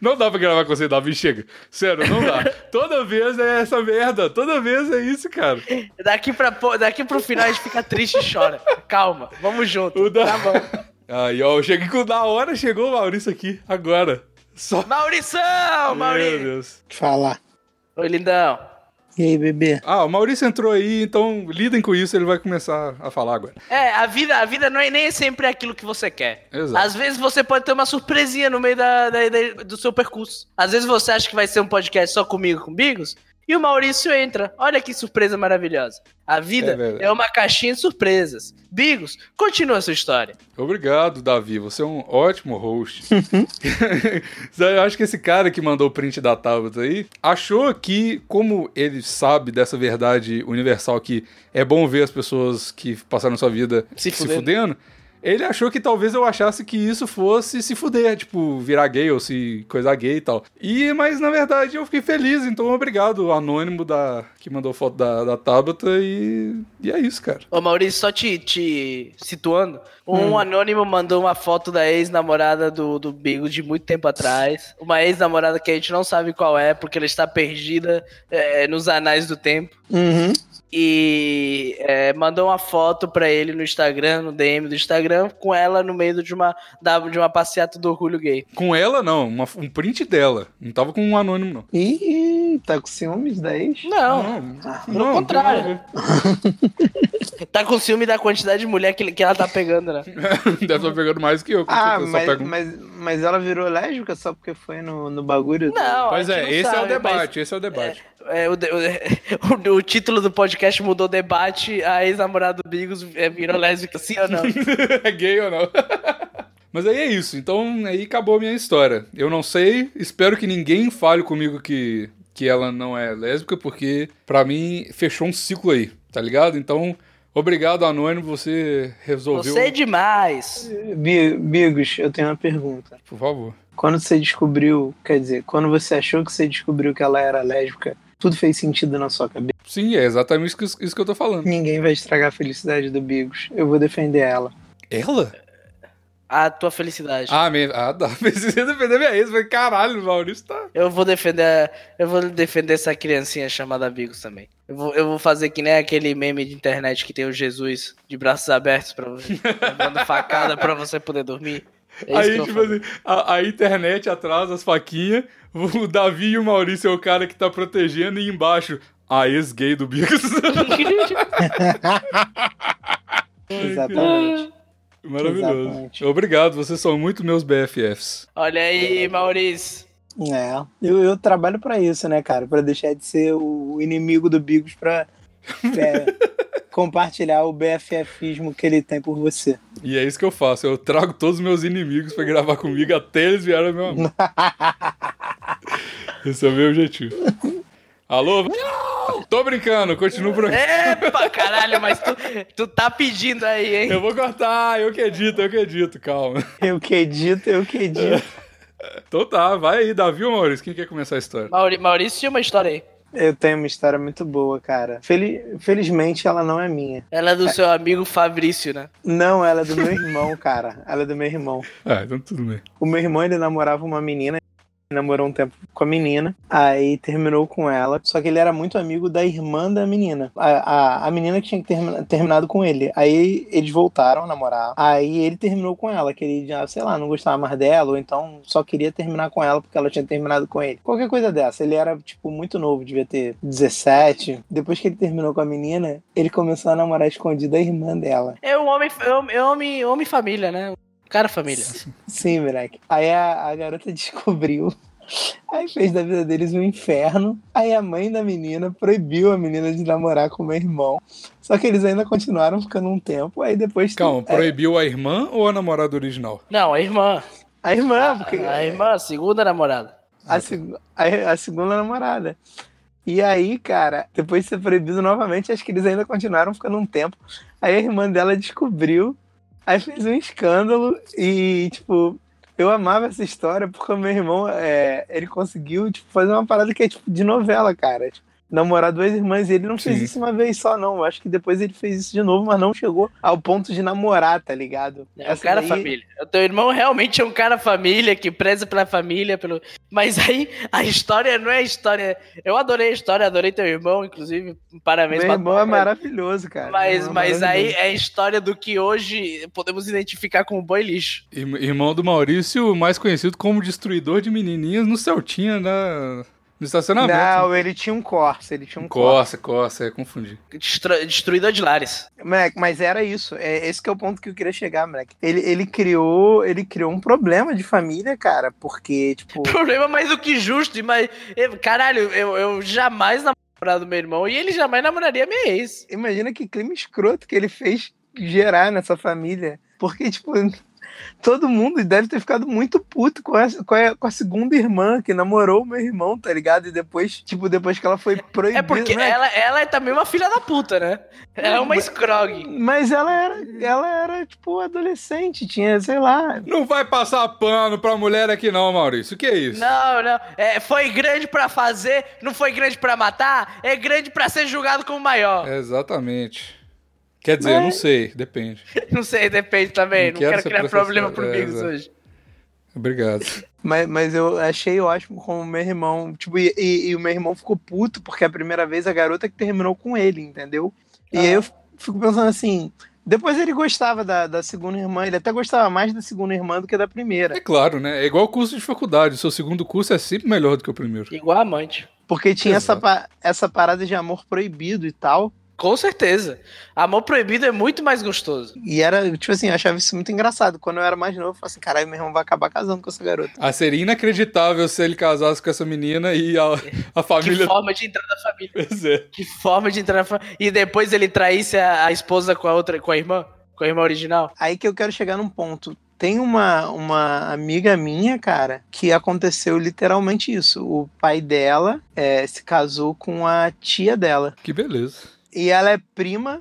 Speaker 1: Não dá pra gravar com você, Davi, chega. Sério, não dá. Toda vez é essa merda. Toda vez é isso, cara.
Speaker 2: daqui, pra, po- daqui pro final a gente fica triste e chora. Calma, vamos junto.
Speaker 1: O da-
Speaker 2: Tá bom.
Speaker 1: Aí, ó, eu cheguei com da hora, chegou o Maurício aqui, agora. Só.
Speaker 2: Maurição!
Speaker 1: Meu
Speaker 2: Maurício!
Speaker 1: Deus.
Speaker 3: Fala.
Speaker 2: Oi, lindão. E aí, bebê?
Speaker 1: Ah, o Maurício entrou aí, então lidem com isso, ele vai começar a falar agora.
Speaker 2: É, a vida, a vida não é nem sempre aquilo que você quer.
Speaker 1: Exato.
Speaker 2: Às vezes você pode ter uma surpresinha no meio da, da- da- do seu percurso. Às vezes você acha que vai ser um podcast só comigo, com Bigos, e o Maurício entra. Olha que surpresa maravilhosa. A
Speaker 1: É
Speaker 2: vida
Speaker 1: verdade.
Speaker 2: é, uma caixinha de surpresas. Bigos, continua a sua história.
Speaker 1: Obrigado, Davi. Você é um ótimo host. Eu acho que esse cara que mandou o print da Tabata aí achou que, como ele sabe dessa verdade universal que é bom ver as pessoas que passaram sua vida
Speaker 2: Se fudendo.
Speaker 1: fudendo, ele achou que talvez eu achasse que isso fosse se fuder, tipo, virar gay ou se coisar gay e tal. E, mas na verdade eu fiquei feliz, então obrigado, anônimo da que mandou foto da, da Tabata e, e é isso, cara.
Speaker 2: Ô Maurício, só te, te situando, um
Speaker 1: Hum.
Speaker 2: anônimo mandou uma foto da ex-namorada do, do Bigos de muito tempo atrás. Uma ex-namorada que a gente não sabe qual é, porque ela está perdida é, nos anais do tempo.
Speaker 3: Uhum.
Speaker 2: E é, mandou uma foto pra ele no Instagram, no DM do Instagram, com ela no meio de uma, da- de uma passeata do orgulho gay.
Speaker 1: Com ela, não. uma- um print dela. Não tava com um anônimo, não.
Speaker 3: Ih, tá com ciúmes da ex?
Speaker 2: Não,
Speaker 1: não, Ah,
Speaker 2: pelo
Speaker 1: não tem nada a ver.
Speaker 2: tá com ciúme da quantidade de mulher que, que ela tá pegando, né?
Speaker 1: Deve estar pegando mais que eu. Com
Speaker 3: Ah,
Speaker 1: certeza, só
Speaker 3: mas,
Speaker 1: pego um.
Speaker 3: mas, mas ela virou lésbica só porque foi no, no bagulho?
Speaker 2: Não,
Speaker 1: Pois
Speaker 2: a
Speaker 1: é,
Speaker 2: gente não
Speaker 1: esse é o
Speaker 2: sabe, mas-
Speaker 1: debate, esse é o debate.
Speaker 2: É, o, de- o- o título do podcast mudou debate, a ex-namorada do Bigos é, virou lésbica, sim ou não?
Speaker 1: É, gay ou não? Mas aí é isso, então aí acabou a minha história. Eu não sei, espero que ninguém fale comigo que, que ela não é lésbica, porque pra mim fechou um ciclo aí, tá ligado? Então, obrigado, Anônimo, você resolveu.
Speaker 2: Você é demais.
Speaker 3: Bi- Bigos, eu tenho uma pergunta.
Speaker 1: Por favor.
Speaker 3: Quando você descobriu, quer dizer, quando você achou que você descobriu que ela era lésbica, tudo fez sentido na sua cabeça.
Speaker 1: Sim, é exatamente isso que, isso que eu tô falando.
Speaker 3: Ninguém vai estragar a felicidade do Bigos. Eu vou defender ela.
Speaker 1: Ela?
Speaker 2: A tua felicidade.
Speaker 1: Ah, me... ah, dá. Precisa defender minha ex. Falei, caralho, o Maurício tá.
Speaker 2: Eu vou defender. Eu vou defender essa criancinha chamada Bigos também. Eu vou, eu vou fazer que nem aquele meme de internet que tem o Jesus de braços abertos pra você, dando facada pra você poder dormir. É isso que
Speaker 1: Aí,
Speaker 2: eu
Speaker 1: tipo
Speaker 2: falo.
Speaker 1: assim, a, a internet atrás, as faquinhas, o Davi e o Maurício é o cara que tá protegendo, e embaixo, a ex-gay do Bigos. assim,
Speaker 3: Exatamente.
Speaker 1: Maravilhoso.
Speaker 3: Exatamente.
Speaker 1: Obrigado, vocês são muito meus BFFs.
Speaker 2: Olha aí, Maurício.
Speaker 3: É. Eu, eu trabalho pra isso, né, cara? Pra deixar de ser o inimigo do Bigos pra é, compartilhar o BFFismo que ele tem por você.
Speaker 1: E é isso que eu faço, eu trago todos os meus inimigos pra gravar comigo até eles vieram meu amor. Esse é o meu objetivo. Alô? Tô brincando, continuo por aqui.
Speaker 2: Epa, caralho, mas tu, tu tá pedindo aí, hein?
Speaker 1: Eu vou cortar, eu que edito, eu que edito, calma.
Speaker 3: Eu que edito, eu que edito.
Speaker 1: Então tá, vai aí, Davi ou Maurício? Quem quer começar a história?
Speaker 2: Mauri- Maurício tinha uma história aí.
Speaker 3: Eu tenho uma história muito boa, cara. Fel- Felizmente ela não é minha.
Speaker 2: Ela é do seu amigo Fabrício, né?
Speaker 3: Não, ela é do meu irmão, cara. Ela é do meu irmão.
Speaker 1: Ah, então tudo bem.
Speaker 3: O meu irmão, ele namorava uma menina. Namorou um tempo com a menina. Aí terminou com ela. Só que ele era muito amigo da irmã da menina. A, a, a menina que tinha que termina- terminado com ele. Aí eles voltaram a namorar. Aí ele terminou com ela. Que ele já, sei lá, não gostava mais dela. Ou então só queria terminar com ela porque ela tinha terminado com ele. Qualquer coisa dessa. Ele era, tipo, muito novo. Devia ter 17. Depois que ele terminou com a menina, ele começou a namorar escondido a irmã dela.
Speaker 2: É um homem, é um- é um homem, homem família, né? Um Cara família.
Speaker 3: Sim, moleque. Aí a, a garota descobriu. Aí fez da vida deles um inferno. Aí a mãe da menina proibiu a menina de namorar com o meu irmão. Só que eles ainda continuaram ficando um tempo. Aí depois. é,
Speaker 1: Calma, proibiu a irmã ou a namorada original?
Speaker 2: Não, a irmã.
Speaker 3: A irmã, porque.
Speaker 2: A irmã, a segunda namorada.
Speaker 3: A, seg- a- a segunda namorada. E aí, cara, depois de ser proibido novamente, acho que eles ainda continuaram ficando um tempo. Aí a irmã dela descobriu, aí fez um escândalo e, tipo, eu amava essa história porque o meu irmão, é, ele conseguiu, tipo, fazer uma parada que é, tipo, de novela, cara. Tipo, namorar duas irmãs e ele não fez
Speaker 1: Sim.
Speaker 3: isso uma vez só, não. Eu acho que depois ele fez isso de novo, mas não chegou ao ponto de namorar, tá ligado?
Speaker 2: É um cara
Speaker 3: daí-
Speaker 2: família. O teu irmão realmente é um cara família, que preza pela família, pelo. Mas aí a história não é história. Eu adorei a história, adorei teu irmão, inclusive. Parabéns
Speaker 3: Meu
Speaker 2: pra
Speaker 3: irmão é maravilhoso, cara.
Speaker 2: Mas,
Speaker 3: Meu irmão é
Speaker 2: mas aí
Speaker 3: maravilhoso.
Speaker 2: é a história do que hoje podemos identificar como boi lixo.
Speaker 1: Ir- Irmão do Maurício, mais conhecido como destruidor de menininhas no Celtinha, na, No estacionamento.
Speaker 3: Não, ele tinha um Corsa, ele tinha um Corsa.
Speaker 1: Corsa, Corsa, é, confundi.
Speaker 2: Destru- Destruidor de lares.
Speaker 3: Moleque, mas era isso. É, esse que é o ponto que eu queria chegar, moleque. Ele, ele criou, ele criou um problema de família, cara, porque tipo,
Speaker 2: Problema é mais do que justo. e mais eu- caralho, eu, eu jamais namorado meu irmão e ele jamais namoraria minha ex.
Speaker 3: imagina que clima escroto que ele fez gerar nessa família, porque tipo, todo mundo deve ter ficado muito puto com a, com a, com a segunda irmã que namorou o meu irmão, tá ligado? E depois, tipo, depois que ela foi proibida, né?
Speaker 2: É porque
Speaker 3: moleque,
Speaker 2: ela, ela é também uma filha da puta, né? Ela é uma scrog.
Speaker 3: Mas ela era, ela era, tipo, adolescente, tinha, sei lá.
Speaker 1: Não vai passar pano pra mulher aqui não, Maurício. O que é isso?
Speaker 2: Não, não. É, foi grande pra fazer, não foi grande pra matar, é grande pra ser julgado como maior.
Speaker 1: É. Exatamente. Quer dizer, eu não sei, depende.
Speaker 2: Não sei, depende
Speaker 1: Não
Speaker 2: também. Não,
Speaker 1: quero
Speaker 2: quero
Speaker 1: ser
Speaker 2: criar
Speaker 1: processado.
Speaker 2: problema pro
Speaker 1: É,
Speaker 2: Biggs
Speaker 1: exato.
Speaker 2: hoje.
Speaker 1: Obrigado.
Speaker 3: Mas, mas eu achei ótimo como meu irmão. Tipo, e, e- e o meu irmão ficou puto, porque é a primeira vez a garota que terminou com ele, entendeu? E aí eu fico pensando assim. Depois ele gostava da, da segunda irmã, ele até gostava mais da segunda irmã do que da primeira.
Speaker 1: É claro, né? É igual o curso de faculdade. O seu segundo curso é sempre melhor do que o primeiro.
Speaker 2: Igual amante.
Speaker 3: Porque tinha essa,
Speaker 1: Exato.
Speaker 3: pa- essa parada de amor proibido e tal.
Speaker 2: Com certeza. Amor proibido é muito mais gostoso.
Speaker 3: E era, tipo assim, eu achava isso muito engraçado. Quando eu era mais novo, eu falava assim: caralho, meu irmão vai acabar casando com essa garota.
Speaker 1: Ah, seria inacreditável se ele casasse com essa menina e a, a
Speaker 2: Que
Speaker 1: família.
Speaker 2: forma de entrar na família.
Speaker 1: Pois é.
Speaker 2: Que forma de entrar na família. E depois ele traísse a, a esposa com a outra, com a irmã? Com a irmã original?
Speaker 3: Aí que eu quero chegar num ponto. Tem uma, uma amiga minha, cara, que aconteceu literalmente isso. O pai dela é, se casou com a tia dela.
Speaker 1: Que beleza.
Speaker 3: E ela é prima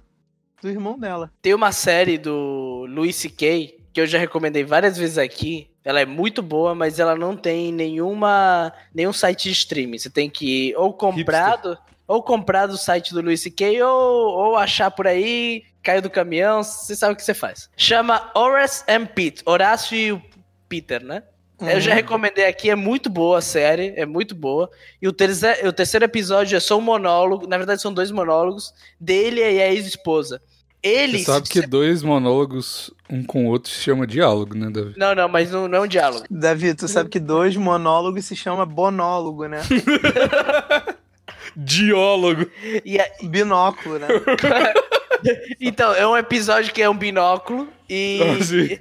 Speaker 3: do irmão dela.
Speaker 2: Tem uma série do Louis C.K. que eu já recomendei várias vezes aqui. Ela é muito boa, mas ela não tem nenhuma nenhum site de streaming. Você tem que ir ou comprado, ou comprar do site do Louis C.K. ou ou achar por aí, caiu do caminhão, você sabe o que você faz. Chama Horace and Pete, Horácio e o Peter, né? Eu
Speaker 1: Uhum.
Speaker 2: já recomendei aqui, é muito boa a série, é muito boa. E o terceiro, o terceiro episódio é só um monólogo, na verdade são dois monólogos, dele e a ex-esposa. Ele.
Speaker 1: Você sabe
Speaker 2: se-
Speaker 1: que dois monólogos, um com o outro, se chama diálogo, né, Davi?
Speaker 2: Não, não, mas não, não é um diálogo.
Speaker 3: Uhum. Davi, tu sabe que dois monólogos se chama bonólogo, né?
Speaker 1: Diólogo.
Speaker 2: E a-
Speaker 3: Binóculo, né?
Speaker 2: então, é um episódio que é um binóculo e.
Speaker 1: Ah, sim.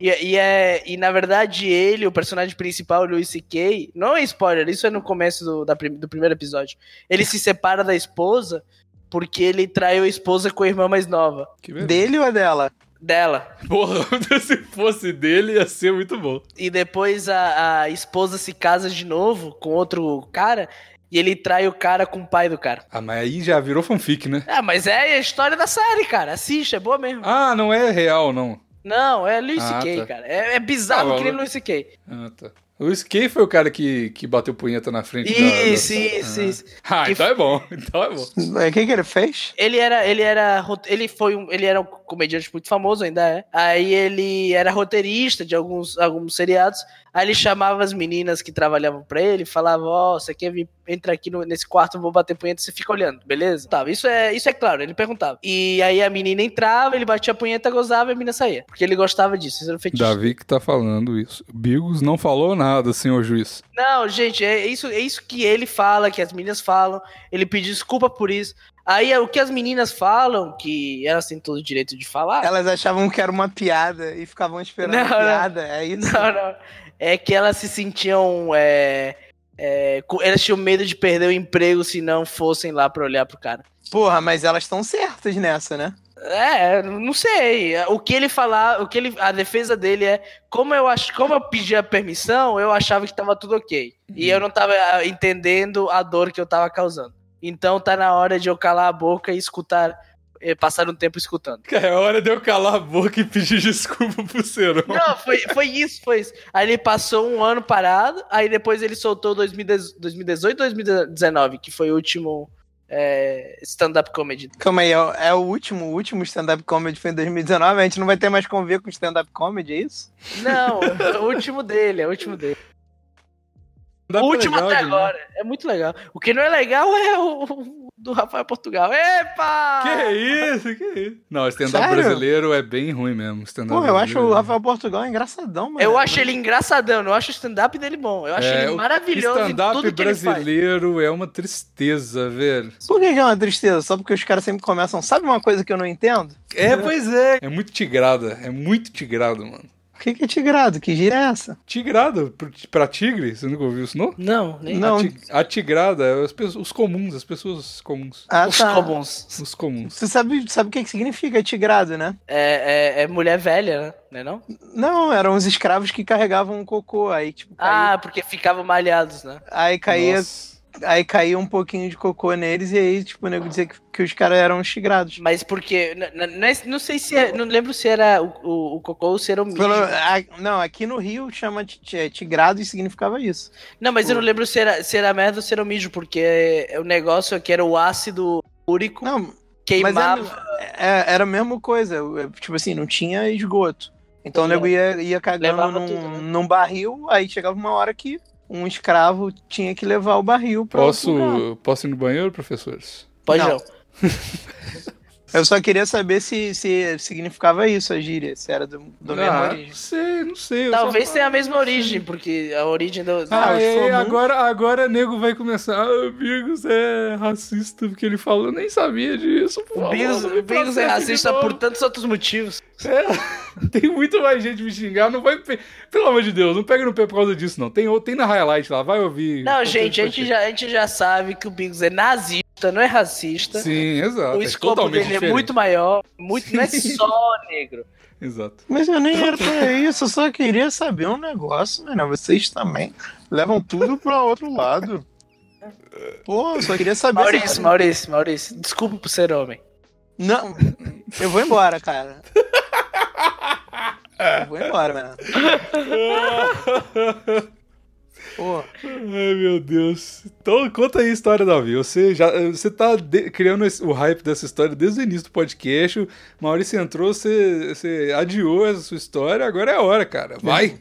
Speaker 2: E, e é, e na verdade ele, o personagem principal, o Louis C.K., não é spoiler, isso é no começo do, da prim- do primeiro episódio. Ele se separa da esposa porque ele traiu a esposa com a irmã mais nova
Speaker 1: Que
Speaker 3: Dele ou é dela?
Speaker 2: dela.
Speaker 1: Porra, se fosse dele, ia ser muito bom.
Speaker 2: e depois a, a esposa se casa de novo com outro cara e ele trai o cara com o pai do cara.
Speaker 1: Ah, mas aí já virou fanfic, né?
Speaker 2: Ah, mas é a história da série, cara. Assiste, é boa mesmo.
Speaker 1: Ah, não é real, não.
Speaker 2: Não, é Luis
Speaker 1: Ah,
Speaker 2: C.K.,
Speaker 1: tá.
Speaker 2: cara. É, é bizarro
Speaker 1: Não,
Speaker 2: que nem
Speaker 1: eu-
Speaker 2: Luis C.K.
Speaker 1: Ah, tá. O Skay foi o cara que, que bateu punheta na frente da- da...
Speaker 2: Isso, isso,
Speaker 1: Ah.
Speaker 2: isso.
Speaker 1: Ah,
Speaker 2: Que
Speaker 1: então é bom. Então é bom.
Speaker 3: O que, que ele fez?
Speaker 2: Ele era, ele era, rote- ele foi um, ele era um comediante muito famoso ainda é. Aí ele era roteirista de alguns, alguns seriados. Aí ele chamava as meninas que trabalhavam pra ele, falava: "Ó, você quer vir entra aqui no- nesse quarto, eu vou bater punheta, você fica olhando, beleza?" Tá, isso é, isso é claro, ele perguntava. E aí a menina entrava, ele batia a punheta, gozava e a menina saía, porque ele gostava disso, isso era um fetiche.
Speaker 1: Davi que tá falando isso. Bigos não falou nada, senhor juiz.
Speaker 2: Não, gente, é isso, é isso que ele fala, que as meninas falam. Ele pediu desculpa por isso. Aí é o que as meninas falam, que elas têm todo o direito de falar.
Speaker 3: Elas achavam que era uma piada e ficavam esperando
Speaker 2: Não,
Speaker 3: a
Speaker 2: não.
Speaker 3: piada. É isso?
Speaker 2: Não, não. É que elas se sentiam. é, é, co- elas tinham medo de perder o emprego se não fossem lá pra olhar pro cara.
Speaker 3: Porra, mas elas estão certas nessa, né?
Speaker 2: É, não sei. O que ele falar, o que ele, a defesa dele é como eu ach, como eu pedi a permissão, eu achava que tava tudo ok e eu não tava ah, entendendo a dor que eu tava causando. Então tá na hora de eu calar a boca e escutar, eh, passar um tempo escutando.
Speaker 1: Cara, é hora de eu calar a boca e pedir desculpa pro Serão.
Speaker 2: Não, foi, foi isso, foi isso. Aí ele passou um ano parado, aí depois ele soltou 2018, 2019, que foi o último é, stand-up comedy.
Speaker 3: Calma aí, é o, é o último, o último stand-up comedy foi em 2019, a gente não vai ter mais convívio com stand-up comedy, é isso?
Speaker 2: Não, é o último dele, é o último dele.
Speaker 1: Tá né?
Speaker 2: O último até agora. É muito legal. O que não é legal é o, o do Rafael Portugal. Epa!
Speaker 1: Que isso, que isso. Não, stand-up
Speaker 3: Sério?
Speaker 1: brasileiro é bem ruim mesmo. Stand-up
Speaker 3: Pô, eu acho o
Speaker 1: brasileiro.
Speaker 3: Rafael Portugal engraçadão, mano.
Speaker 2: Eu acho ele engraçadão, não acho o stand-up dele bom. Eu acho
Speaker 1: É,
Speaker 2: ele
Speaker 1: o
Speaker 2: maravilhoso em
Speaker 1: Stand-up
Speaker 2: tudo que ele faz.
Speaker 1: brasileiro é uma tristeza, velho.
Speaker 3: Por que que é uma tristeza? Só porque os caras sempre começam. Sabe uma coisa que eu não entendo?
Speaker 1: É, pois é. É muito tigrada, é muito tigrado, mano.
Speaker 3: O que, que é tigrado? Que gira é essa?
Speaker 1: Tigrada pro- pra tigre? Você nunca ouviu isso, não?
Speaker 2: Não, nem
Speaker 3: Não.
Speaker 1: A, ti- a tigrada, é as pessoas- os comuns, as pessoas comuns.
Speaker 3: Ah,
Speaker 2: os
Speaker 3: tá.
Speaker 2: comuns.
Speaker 1: Os comuns.
Speaker 3: Você sabe, sabe o que, que significa tigrado, né?
Speaker 2: É, é- é mulher velha, né? Não é não?
Speaker 3: Não, eram os escravos que carregavam o cocô. Aí, tipo, caía-
Speaker 2: Ah, porque ficavam malhados, né?
Speaker 3: aí, caía,
Speaker 1: Nossa.
Speaker 3: aí caía um pouquinho de cocô neles e aí, tipo, o nego dizia que, que os caras eram tigrados.
Speaker 2: Mas porque. n- n- Não, é- não sei se. é- Não lembro se era o, o, o cocô ou se era o mijo.
Speaker 3: Pelo- a- não, aqui no Rio chama ti- ti- é, tigrado e significava isso.
Speaker 2: Não, mas eu não lembro se era, se era merda ou se era o mijo, porque o negócio é que era o ácido úrico
Speaker 3: Não, mas
Speaker 2: queimava.
Speaker 3: era, é- era a mesma coisa. eu- Tipo assim, não tinha esgoto. Então o nego ia, ia cagando
Speaker 2: Levava
Speaker 3: num,
Speaker 2: tudo, né?
Speaker 3: num barril, aí chegava uma hora que um escravo tinha que levar o barril pra outro lugar.
Speaker 1: Posso, posso ir no banheiro, professores?
Speaker 2: Pode
Speaker 3: não.
Speaker 2: não.
Speaker 3: Eu só queria saber se, se significava isso, a gíria, se era do, do mesmo
Speaker 1: ah,
Speaker 3: origem.
Speaker 1: Não sei, não sei. eu
Speaker 2: Talvez
Speaker 1: só-
Speaker 2: tenha a mesma origem, porque a origem do.
Speaker 1: Ah,
Speaker 3: Ah, os
Speaker 1: é,
Speaker 3: comuns.
Speaker 1: agora, agora nego vai começar. Ah, o Bigos é racista porque ele falou, eu nem sabia disso. Por
Speaker 2: O
Speaker 1: favor,
Speaker 2: Bigos,
Speaker 1: não me
Speaker 2: o Bigos é
Speaker 1: processe
Speaker 2: racista
Speaker 1: de novo."
Speaker 2: por tantos outros motivos.
Speaker 1: É, tem muito mais gente me xingar. Não vai. pe- Pelo amor de Deus, não pega no pé por causa disso, não. Tem, ou- tem na highlight lá, vai ouvir.
Speaker 2: Não,
Speaker 1: Conteúdo
Speaker 2: gente, a gente,
Speaker 1: pra
Speaker 2: já, a gente já sabe que o Bigos é nazista, não é racista.
Speaker 1: Sim, exato.
Speaker 2: O
Speaker 1: é
Speaker 2: escopo
Speaker 1: totalmente
Speaker 2: dele é
Speaker 1: diferente.
Speaker 2: muito maior, muito, não é
Speaker 1: Sim.
Speaker 2: só negro.
Speaker 1: Exato.
Speaker 3: Mas eu nem era pra isso, eu só queria saber um negócio, mano. Vocês também levam tudo pra outro lado. Pô, eu só queria saber. se-
Speaker 2: Maurício, Maurício, Maurício, desculpa por ser homem.
Speaker 3: Não, eu vou embora, cara. Eu vou embora, mano. Pô,
Speaker 1: Ai, meu Deus. Então, conta aí a história, Davi. Você já você tá de- criando esse- o hype dessa história desde o início do podcast. O Maurício entrou, você, você adiou essa sua história. Agora é a hora, cara. Vai.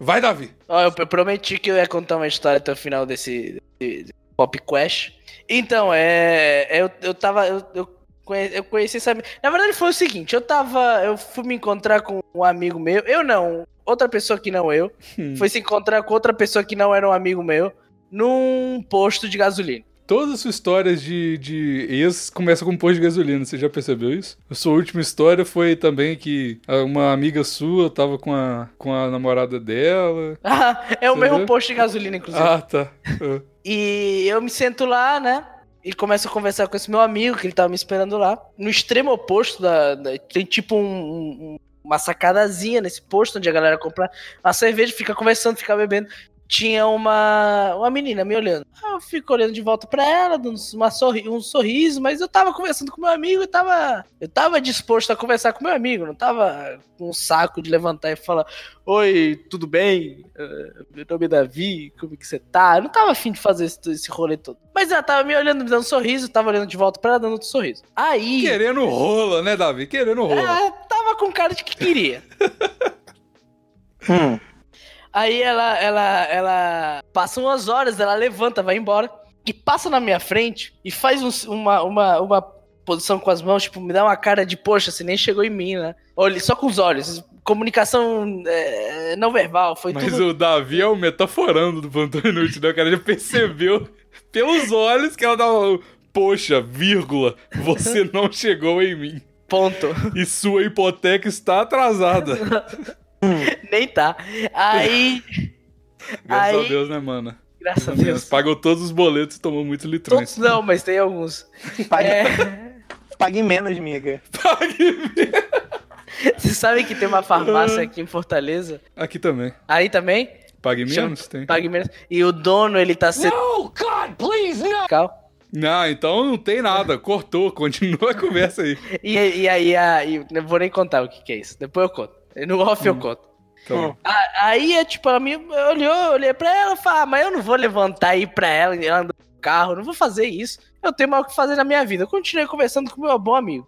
Speaker 1: Vai, Davi.
Speaker 2: Ó, eu, eu prometi que eu ia contar uma história até o final desse, desse Pop Quest. Então, é. Eu, eu tava. Eu, eu conhe- eu conheci essa. Na verdade, foi o seguinte: eu tava. Eu fui me encontrar com um amigo meu. Eu não, outra pessoa que não eu.
Speaker 1: Hum.
Speaker 2: Foi se encontrar com outra pessoa que não era um amigo meu. Num posto de gasolina.
Speaker 1: Todas as suas histórias de, de ex começam com posto de gasolina, você já percebeu isso? A sua última história foi também que ah, uma amiga sua tava com a, com a namorada dela.
Speaker 2: Ah, é o
Speaker 1: Você
Speaker 2: mesmo
Speaker 1: viu?
Speaker 2: posto de gasolina, inclusive.
Speaker 1: Ah, tá. Ah.
Speaker 2: E eu me sento lá, né? E começo a conversar com esse meu amigo, que ele tava me esperando lá. No extremo oposto da. da- tem tipo um- um- uma sacadazinha nesse posto onde a galera compra a cerveja, fica conversando, fica bebendo. Tinha uma, uma menina me olhando. Ah, Eu fico olhando de volta pra ela, dando uma sorri um sorriso, mas eu tava conversando com meu amigo, eu tava, eu tava disposto a conversar com meu amigo, não tava com um saco de levantar e falar: Oi, tudo bem? Eh, Meu nome é Davi, como que você tá? Eu não tava afim de fazer esse, esse rolê todo. Mas ela tava me olhando, me dando um sorriso, eu tava olhando de volta pra ela, dando outro sorriso. Aí.
Speaker 1: Querendo rola, né, Davi? Querendo rola.
Speaker 2: Ela tava com cara de que queria.
Speaker 3: hum,
Speaker 2: Aí ela, ela, ela passa umas horas, ela levanta, vai embora e passa na minha frente e faz um- uma, uma, uma posição com as mãos, tipo, me dá uma cara de, poxa, você nem chegou em mim, né? Olha, só com os olhos. Comunicação é, não verbal, foi
Speaker 1: Mas
Speaker 2: tudo.
Speaker 1: o Davi é o metaforando do plantão inútil, né? O cara já percebeu pelos olhos que ela tava. Poxa, vírgula, você não chegou em mim.
Speaker 2: Ponto.
Speaker 1: E sua hipoteca está atrasada.
Speaker 2: nem tá. Aí.
Speaker 1: Graças
Speaker 2: Aí-
Speaker 1: a Deus, né, mana?
Speaker 2: Graças a
Speaker 1: Pelo menos
Speaker 2: Deus.
Speaker 1: Pagou todos os boletos e tomou muito litrões.
Speaker 2: Todos não, mas tem alguns.
Speaker 3: pague,
Speaker 2: É.
Speaker 3: pague menos, miga.
Speaker 2: Você sabe que tem uma farmácia aqui em Fortaleza?
Speaker 1: Aqui também.
Speaker 2: Aí também?
Speaker 1: Pague
Speaker 2: Chama-
Speaker 1: menos? Tem.
Speaker 2: Pague menos. E o dono, ele tá sendo. No, Então. God, please, no!
Speaker 1: Não, então não tem nada. Cortou. Continua a conversa aí.
Speaker 2: E, e aí, a, e não vou nem contar o que, que é isso. Depois eu conto. No off eu conto.
Speaker 1: Tá bom.
Speaker 2: A- Aí, é tipo, ela me olhou, eu olhei pra ela e falei, ah, mas eu não vou levantar e ir pra ela, ela andou no carro, não vou fazer isso. Eu tenho mais o que fazer na minha vida. Eu continuei conversando com o meu bom amigo.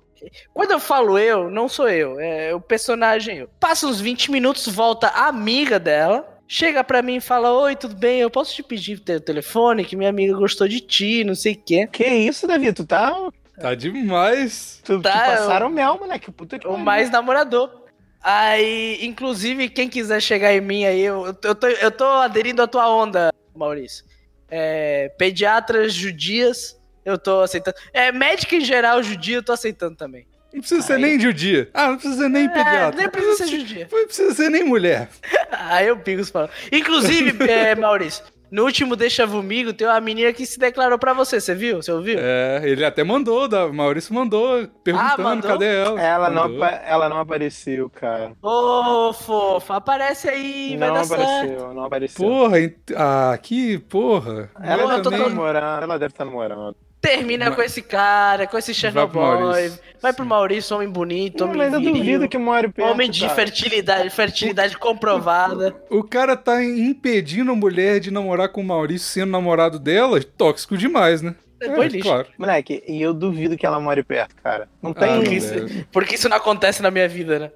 Speaker 2: Quando eu falo eu, não sou eu, é o personagem eu. Passa uns 20 minutos, volta a amiga dela chega pra mim e fala: Oi, tudo bem? Eu posso te pedir teu telefone? Que minha amiga gostou de ti, não sei o quê.
Speaker 3: Que isso, Davi? Tu tá.
Speaker 1: Tá demais.
Speaker 3: Tu,
Speaker 2: Tá,
Speaker 3: tu passaram mel, moleque. Puta que
Speaker 2: O
Speaker 3: pariu.
Speaker 2: mais namorador. Aí, inclusive, quem quiser chegar em mim aí, eu, eu, tô, eu tô aderindo à tua onda, Maurício. É, pediatras judias, eu tô aceitando. É, médico em geral judia, eu tô aceitando também.
Speaker 1: Não precisa ser
Speaker 2: Aí.
Speaker 1: nem judia. Ah, não precisa ser nem
Speaker 2: É,
Speaker 1: pediatra.
Speaker 2: nem precisa ser judia.
Speaker 1: Não precisa ser nem mulher.
Speaker 2: Aí o Pigos fala. Inclusive, é, Maurício, no último Deixa Vomigo tem uma menina que se declarou pra você, você viu? Você ouviu?
Speaker 1: É, ele até mandou, da- o Maurício mandou, perguntando
Speaker 2: Ah, mandou?
Speaker 1: cadê ela.
Speaker 3: Ela não,
Speaker 1: Mandou.
Speaker 3: apa- ela não apareceu, cara.
Speaker 2: Ô, fofa, aparece aí, vai
Speaker 3: não
Speaker 2: dar
Speaker 3: apareceu,
Speaker 2: certo.
Speaker 3: não apareceu.
Speaker 1: Porra, ent- ah, que porra.
Speaker 2: Porra,
Speaker 3: Ela tá deve
Speaker 2: tô
Speaker 3: estar
Speaker 2: todo-
Speaker 1: também
Speaker 3: namorando. Ela deve estar namorando.
Speaker 2: Termina
Speaker 1: Vai-
Speaker 2: com esse cara, com esse
Speaker 1: Vai pro
Speaker 2: Chernobyl.
Speaker 1: Maurício.
Speaker 2: Vai pro Maurício, homem bonito,
Speaker 3: Não,
Speaker 2: homem
Speaker 3: mas eu
Speaker 2: viril,
Speaker 3: duvido que more perto.
Speaker 2: Homem de
Speaker 3: cara.
Speaker 2: fertilidade, fertilidade comprovada.
Speaker 1: O cara tá impedindo a mulher de namorar com o Maurício sendo namorado dela? Tóxico demais, né?
Speaker 2: É, boi lixo.
Speaker 1: claro.
Speaker 3: Moleque, e eu duvido que ela more perto, cara. Não
Speaker 1: Ah,
Speaker 3: tem
Speaker 1: não,
Speaker 3: isso.
Speaker 1: é.
Speaker 2: Porque isso não acontece na minha vida, né?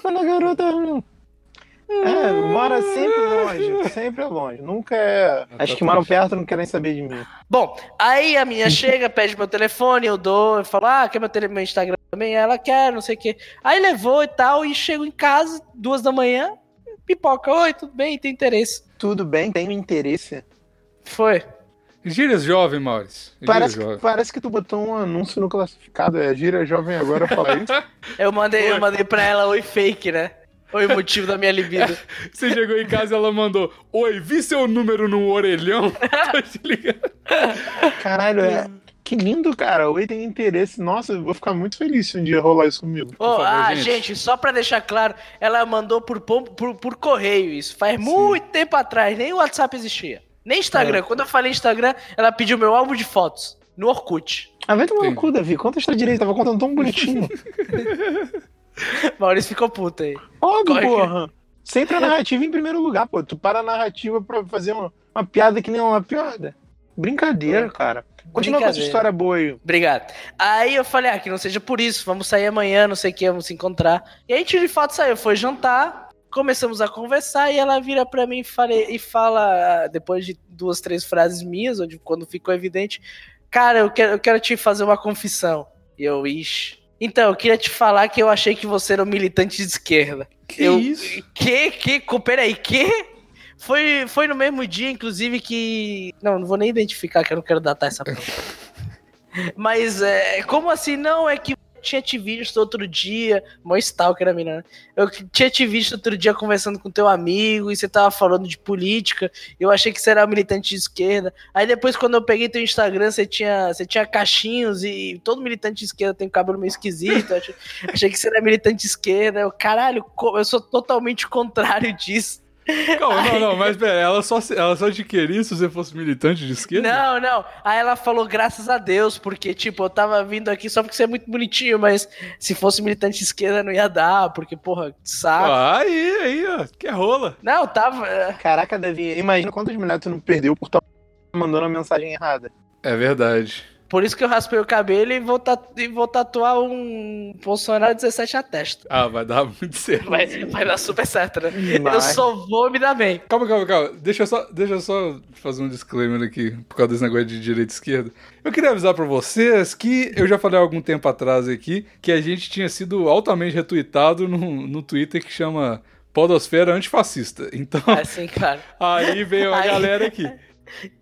Speaker 3: Quando a garota. É, mora sempre longe, sempre é longe. Nunca é.
Speaker 1: Ah,
Speaker 3: Acho
Speaker 1: tá
Speaker 3: que moram perto não querem saber de mim.
Speaker 2: Bom, aí a minha chega, pede meu telefone, eu dou, eu falo, ah, quer meu, tele- meu Instagram também? Ela quer, não sei o quê. Aí levou e tal, e chego em casa, duas da manhã, pipoca, oi, tudo bem, tem interesse.
Speaker 3: Tudo bem, tem interesse.
Speaker 2: Foi.
Speaker 1: Gírias jovem, Maurício. Gírias
Speaker 3: Parece que,
Speaker 1: jovem.
Speaker 3: parece que tu botou um anúncio no classificado. É gira jovem agora falar isso.
Speaker 2: Eu mandei, eu mandei pra ela, oi, fake, né? Oi, motivo da minha libido.
Speaker 1: Você chegou em casa e ela mandou: Oi, vi seu número no orelhão? Tá Tô te ligando.
Speaker 3: Caralho, é. Que lindo, cara. Oi, tem interesse. Nossa, eu vou ficar muito feliz se um dia rolar isso comigo.
Speaker 2: Oh,
Speaker 1: favor,
Speaker 2: ah,
Speaker 1: gente.
Speaker 2: gente. só pra deixar claro, ela mandou por, pom- por, por correio isso. Faz muito tempo atrás, nem o WhatsApp existia. Nem
Speaker 3: É.
Speaker 2: Instagram. Quando eu falei Instagram, ela pediu meu álbum de fotos no Orkut.
Speaker 3: Ah, vai tomar no
Speaker 1: Entendi.
Speaker 3: cu, Davi. Conta a história direito. Tava contando tão bonitinho.
Speaker 2: Maurício ficou puto aí.
Speaker 3: Óbvio,
Speaker 2: Corre que-
Speaker 3: porra. Sempre a narrativa em primeiro lugar, pô. Tu para a narrativa pra fazer uma, uma piada que nem uma piada. Brincadeira, cara. Continua com essa
Speaker 2: Brincadeira.
Speaker 3: história boa aí.
Speaker 2: Obrigado. Aí eu falei, ah, que não seja por isso, vamos sair amanhã, não sei o que, vamos se encontrar. E aí a gente de fato saiu, foi jantar, começamos a conversar e ela vira pra mim e fala, e fala, ah, depois de duas, três frases minhas, onde quando ficou evidente, cara, eu quero, eu quero te fazer uma confissão. E eu, ixi. Então, eu queria te falar que eu achei que você era um militante de esquerda.
Speaker 1: Que
Speaker 2: Eu-
Speaker 1: isso?
Speaker 2: Que, que, co- peraí, que? Foi, foi no mesmo dia, inclusive, que. Não, não vou nem identificar, que eu não quero datar essa porra. Mas é, como assim? Não, é que eu tinha te visto outro dia. Mó stalker a mina, né? Eu que- tinha te visto outro dia conversando com teu amigo e você tava falando de política. Eu achei que você era militante de esquerda. Aí depois, quando eu peguei teu Instagram, você tinha, você tinha cachinhos e todo militante de esquerda tem o cabelo meio esquisito. Eu achei, achei que você era militante de esquerda. Eu, caralho, co- eu sou totalmente o contrário disso.
Speaker 1: Calma, não, não, mas pera, ela só, ela só te queria se você fosse militante de esquerda?
Speaker 2: Não, não. Aí ela falou, graças a Deus, porque, tipo, eu tava vindo aqui só porque você é muito bonitinho, mas se fosse militante de esquerda não ia dar, porque, porra, que saco.
Speaker 1: Ah, aí, aí, ó, que é rola.
Speaker 2: Não, tava. é,
Speaker 3: Caraca, Davi, imagina quantas mulheres tu não perdeu por estar mandando a mensagem errada.
Speaker 1: É verdade.
Speaker 2: Por isso que eu raspei o cabelo e vou, ta- e vou tatuar um Bolsonaro 17 na testa.
Speaker 1: Ah, vai dar muito certo.
Speaker 2: Vai, vai dar super certo, né? Eu
Speaker 3: Mas-
Speaker 2: só vou me dar bem.
Speaker 1: Calma, calma, calma. Deixa eu só, deixa eu só fazer um disclaimer aqui, por causa desse negócio de direita e esquerda. Eu queria avisar pra vocês que eu já falei há algum tempo atrás aqui que a gente tinha sido altamente retweetado no, no Twitter que chama Podosfera Antifascista. Então,
Speaker 2: Assim, cara.
Speaker 1: aí veio a
Speaker 2: Aí.
Speaker 1: galera aqui.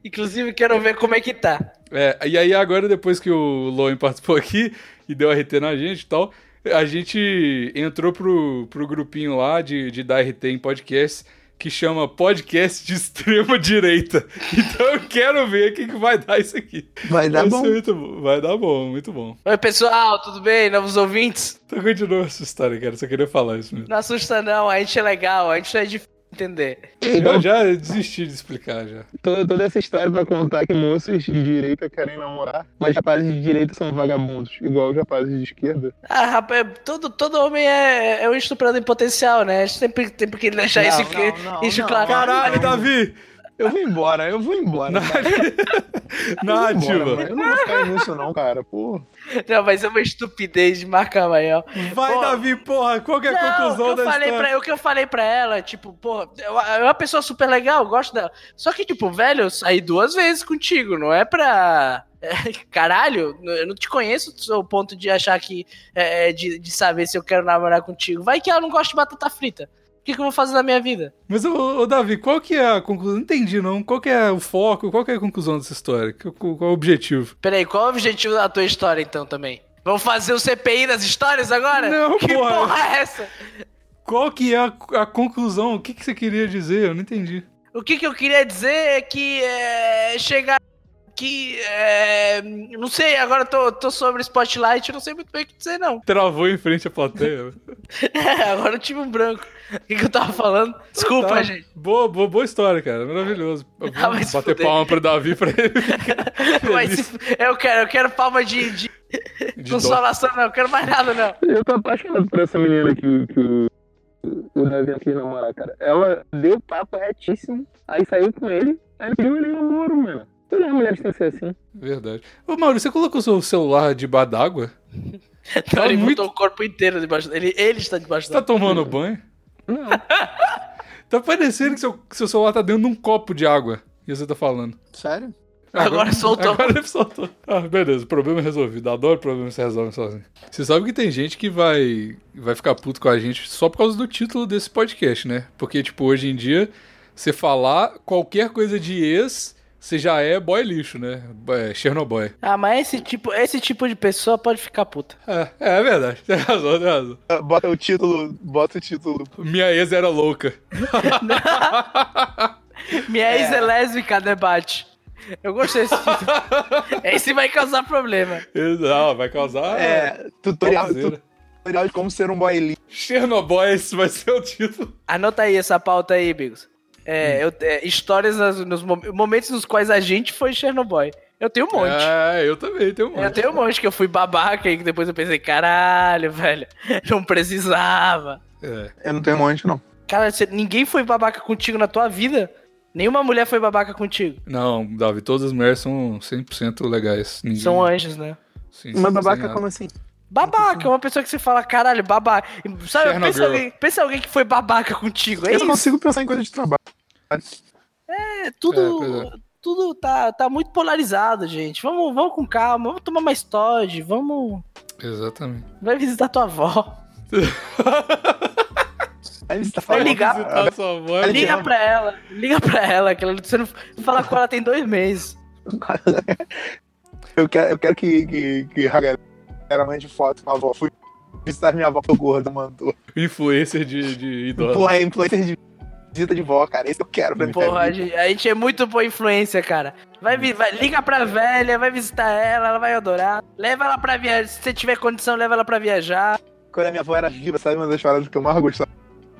Speaker 2: Inclusive, quero ver como é que tá.
Speaker 1: É, e aí agora, depois que o Loen participou aqui e deu RT na gente e tal, a gente entrou pro, pro grupinho lá de, de dar RT em podcast, que chama Podcast de Extrema Direita. Então eu quero ver o que, que vai dar isso aqui.
Speaker 3: Vai dar
Speaker 1: Vai
Speaker 3: bom.
Speaker 1: ser muito bom. Vai dar bom, muito bom.
Speaker 2: Oi, pessoal, tudo bem? Novos ouvintes?
Speaker 1: Então continua essa história, cara. Só queria falar isso mesmo.
Speaker 2: Não assusta, não. A gente é legal, a gente não é difícil de entender.
Speaker 1: Eu já desisti de explicar já.
Speaker 3: Toda, toda essa história é pra contar que moças de direita querem namorar, mas rapazes de direita são vagabundos, igual os rapazes de esquerda.
Speaker 2: Ah, rapaz, todo, todo homem é, é um estuprador em potencial, né? A gente sempre tem que deixar
Speaker 3: Não,
Speaker 2: isso,
Speaker 3: não, não,
Speaker 2: isso
Speaker 3: não.
Speaker 2: claro.
Speaker 1: Caralho,
Speaker 3: não.
Speaker 1: Davi!
Speaker 3: Eu vou embora, eu vou embora. cara. Eu
Speaker 1: Na
Speaker 3: vou embora,
Speaker 1: ativa.
Speaker 3: mano. Eu não vou ficar nisso, não, cara. Pô.
Speaker 2: Não, mas é uma estupidez de marcar amanhã.
Speaker 1: Vai,
Speaker 2: Pô.
Speaker 1: Davi, porra, qual que é a
Speaker 2: Não,
Speaker 1: conclusão
Speaker 2: o que eu
Speaker 1: da
Speaker 2: falei
Speaker 1: história?
Speaker 2: pra, o que eu falei pra ela, tipo, porra, eu- é uma pessoa super legal, eu gosto dela. Só que, tipo, velho, eu saí duas vezes contigo, não é pra. Caralho, eu não te conheço do seu ponto de achar que. é, de, de saber se eu quero namorar contigo. Vai que ela não gosta de batata frita. O que, que eu vou fazer na minha vida?
Speaker 1: Mas, ô, ô, Davi, qual que é a conclusão? Não entendi, não. Qual que é o foco? Qual que é a conclusão dessa história? Qual, qual- qual é o objetivo?
Speaker 2: Peraí, qual é o objetivo da tua história então também? Vamos fazer o CPI das histórias agora?
Speaker 1: Não,
Speaker 2: que
Speaker 1: porra.
Speaker 2: porra é essa?
Speaker 1: Qual que é a, a conclusão? O que, que você queria dizer? Eu não entendi.
Speaker 2: O que, que eu queria dizer é que é, chegar. Que. é, não sei, agora eu tô, tô sobre Spotlight, eu não sei muito bem o que dizer, não.
Speaker 1: Travou em frente à plateia.
Speaker 2: agora eu tive um branco. O que, que eu tava falando? Desculpa,
Speaker 1: Tá.
Speaker 2: gente.
Speaker 1: Boa, boa, boa história, cara. Maravilhoso.
Speaker 2: Ah, vai
Speaker 1: Vamos
Speaker 2: se
Speaker 1: bater
Speaker 2: fuder.
Speaker 1: palma pro Davi pra ele.
Speaker 2: Mas se- eu quero, eu quero palma de, de
Speaker 1: De dó.
Speaker 2: consolação, não. Eu quero mais nada, não.
Speaker 4: Eu tô apaixonado por essa menina que, o- que o, o Davi quis namorar, cara. Ela deu papo retíssimo, aí saiu com ele, aí ele pediu ele em namoro, mano. Todas as mulheres têm que ser assim.
Speaker 1: Verdade. Ô, Maurício, você colocou seu celular debaixo d'água?
Speaker 2: Então, ele
Speaker 1: muito-
Speaker 2: botou o corpo inteiro debaixo dele. Ele, ele está debaixo
Speaker 1: Você tá
Speaker 2: dele.
Speaker 1: tomando banho?
Speaker 4: Não,
Speaker 1: Tá parecendo que seu, que seu celular tá dentro de um copo de água. E você tá falando.
Speaker 3: Sério?
Speaker 2: Agora soltou.
Speaker 1: Agora ele soltou. Ah, beleza, problema resolvido. Adoro problema que se resolve sozinho. Você sabe que tem gente que vai, vai ficar puto com a gente só por causa do título desse podcast, né? Porque, tipo, hoje em dia, você falar qualquer coisa de ex, você já é boy lixo, né? É, Chernobyl.
Speaker 2: Ah, mas esse tipo, esse tipo de pessoa pode ficar puta.
Speaker 1: É, é verdade, tem razão, tem razão.
Speaker 3: Ah, Bota o título, bota o título.
Speaker 1: Minha ex era louca.
Speaker 2: Minha ex é lésbica, debate. Eu gostei desse título. Esse vai causar problema.
Speaker 1: Não, vai causar.
Speaker 3: É, tutorial,
Speaker 1: Topzera.
Speaker 3: tutorial de como ser um boy lixo.
Speaker 1: Chernobyl, esse vai ser o título.
Speaker 2: Anota aí essa pauta aí, Bigos. É, eu- é, histórias nas- nos mom- momentos nos quais a gente foi Chernobyl. Eu tenho um monte.
Speaker 1: É, eu também tenho um monte.
Speaker 2: Eu tenho um monte que eu fui babaca e que depois eu pensei, caralho, velho, não precisava.
Speaker 1: É.
Speaker 3: Eu não tenho um monte, não.
Speaker 2: Cara, você- ninguém foi babaca contigo na tua vida? Nenhuma mulher foi babaca contigo.
Speaker 1: Não, Davi, todas as mulheres são 100% legais. Ninguém...
Speaker 2: São anjos, né?
Speaker 1: Sim,
Speaker 3: Uma
Speaker 1: sem
Speaker 3: babaca
Speaker 1: nada.
Speaker 3: como assim?
Speaker 2: Babaca, é uma pessoa que você fala, caralho, babaca. Sabe,
Speaker 1: Chernobyl.
Speaker 2: pensa alguém, pensa alguém que foi babaca contigo. É
Speaker 3: eu
Speaker 2: isso.
Speaker 3: não consigo pensar em coisa de trabalho.
Speaker 2: É,
Speaker 1: É,
Speaker 2: tudo, tudo tá, tá muito polarizado, gente. Vamos, vamos com calma, vamos tomar mais Todd, vamos.
Speaker 1: Exatamente.
Speaker 2: Vai visitar tua avó.
Speaker 3: Aí você tá
Speaker 2: Vai
Speaker 3: falando.
Speaker 2: ligar,
Speaker 1: Visitar sua avó é
Speaker 2: liga
Speaker 1: bom.
Speaker 2: pra ela, liga pra ela, que ela, você não fala com ela tem dois meses.
Speaker 3: Eu quero, eu quero que, que, que a galera mande foto com a avó. Fui visitar minha avó, tô gorda, mandou.
Speaker 1: Influencer de, de idosa.
Speaker 3: Porra, influencer de visita de vó, cara. Esse eu quero pra mim.
Speaker 2: Porra, a gente, a gente é muito boa influência, cara. Vai, vi- vai- liga pra velha, vai visitar ela, ela vai adorar. Leva ela pra viajar, se você tiver condição, leva ela pra viajar,
Speaker 3: Quando a minha avó era viva, sabe uma das paradas que eu mais gostava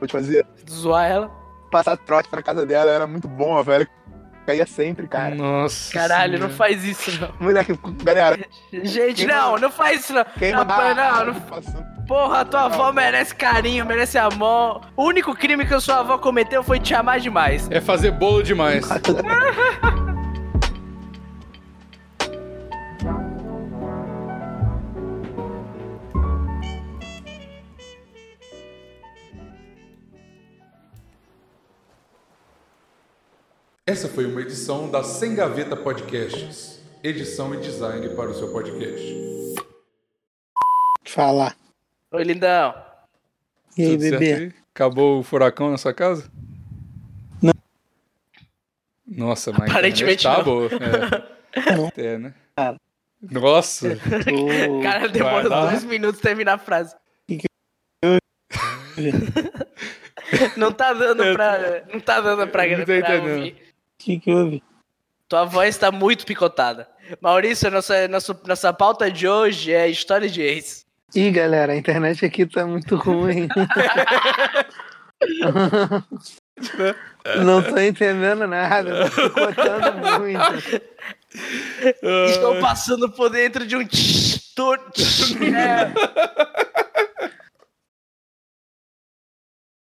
Speaker 3: de fazer?
Speaker 2: zoar ela.
Speaker 3: Passar trote pra casa dela era muito bom, a velha caía sempre, cara.
Speaker 1: Nossa.
Speaker 2: Caralho, não
Speaker 1: senhora.
Speaker 2: faz isso não.
Speaker 3: Moleque, galera,
Speaker 2: Gente, não, não faz isso não.
Speaker 3: quem
Speaker 2: Não,
Speaker 3: mandar-
Speaker 2: não, não Porra, tua avó merece carinho, merece amor. O único crime que a sua avó cometeu foi te amar demais.
Speaker 1: É fazer bolo demais. Essa foi uma edição da Sem Gaveta Podcasts. Edição e design para o seu podcast.
Speaker 3: Falar.
Speaker 2: Ô, lindão.
Speaker 3: E aí,
Speaker 1: Tudo certo
Speaker 3: bebê?
Speaker 1: aí? Acabou o furacão na sua casa?
Speaker 3: Não.
Speaker 1: Nossa, mas
Speaker 2: Aparentemente
Speaker 1: a internet tá
Speaker 2: não.
Speaker 1: boa. É. É, né?
Speaker 3: Cara. É.
Speaker 1: Nossa,
Speaker 3: Ô,
Speaker 2: Cara,
Speaker 1: Vai
Speaker 2: demorou
Speaker 1: lá.
Speaker 2: dois minutos pra terminar a frase.
Speaker 3: Que que-
Speaker 2: não tá dando pra. Não tá dando pra,
Speaker 1: Eu não tô
Speaker 2: pra
Speaker 1: entendendo.
Speaker 2: ouvir.
Speaker 3: O que que houve?
Speaker 2: Tua voz tá muito picotada. Maurício, nossa, nossa, nossa pauta de hoje é história de ex.
Speaker 3: Ih, galera, a internet aqui tá muito ruim. Não tô entendendo nada, tô cotando muito.
Speaker 1: Ah.
Speaker 2: Estou passando por dentro de um. tch- tu- tch- é.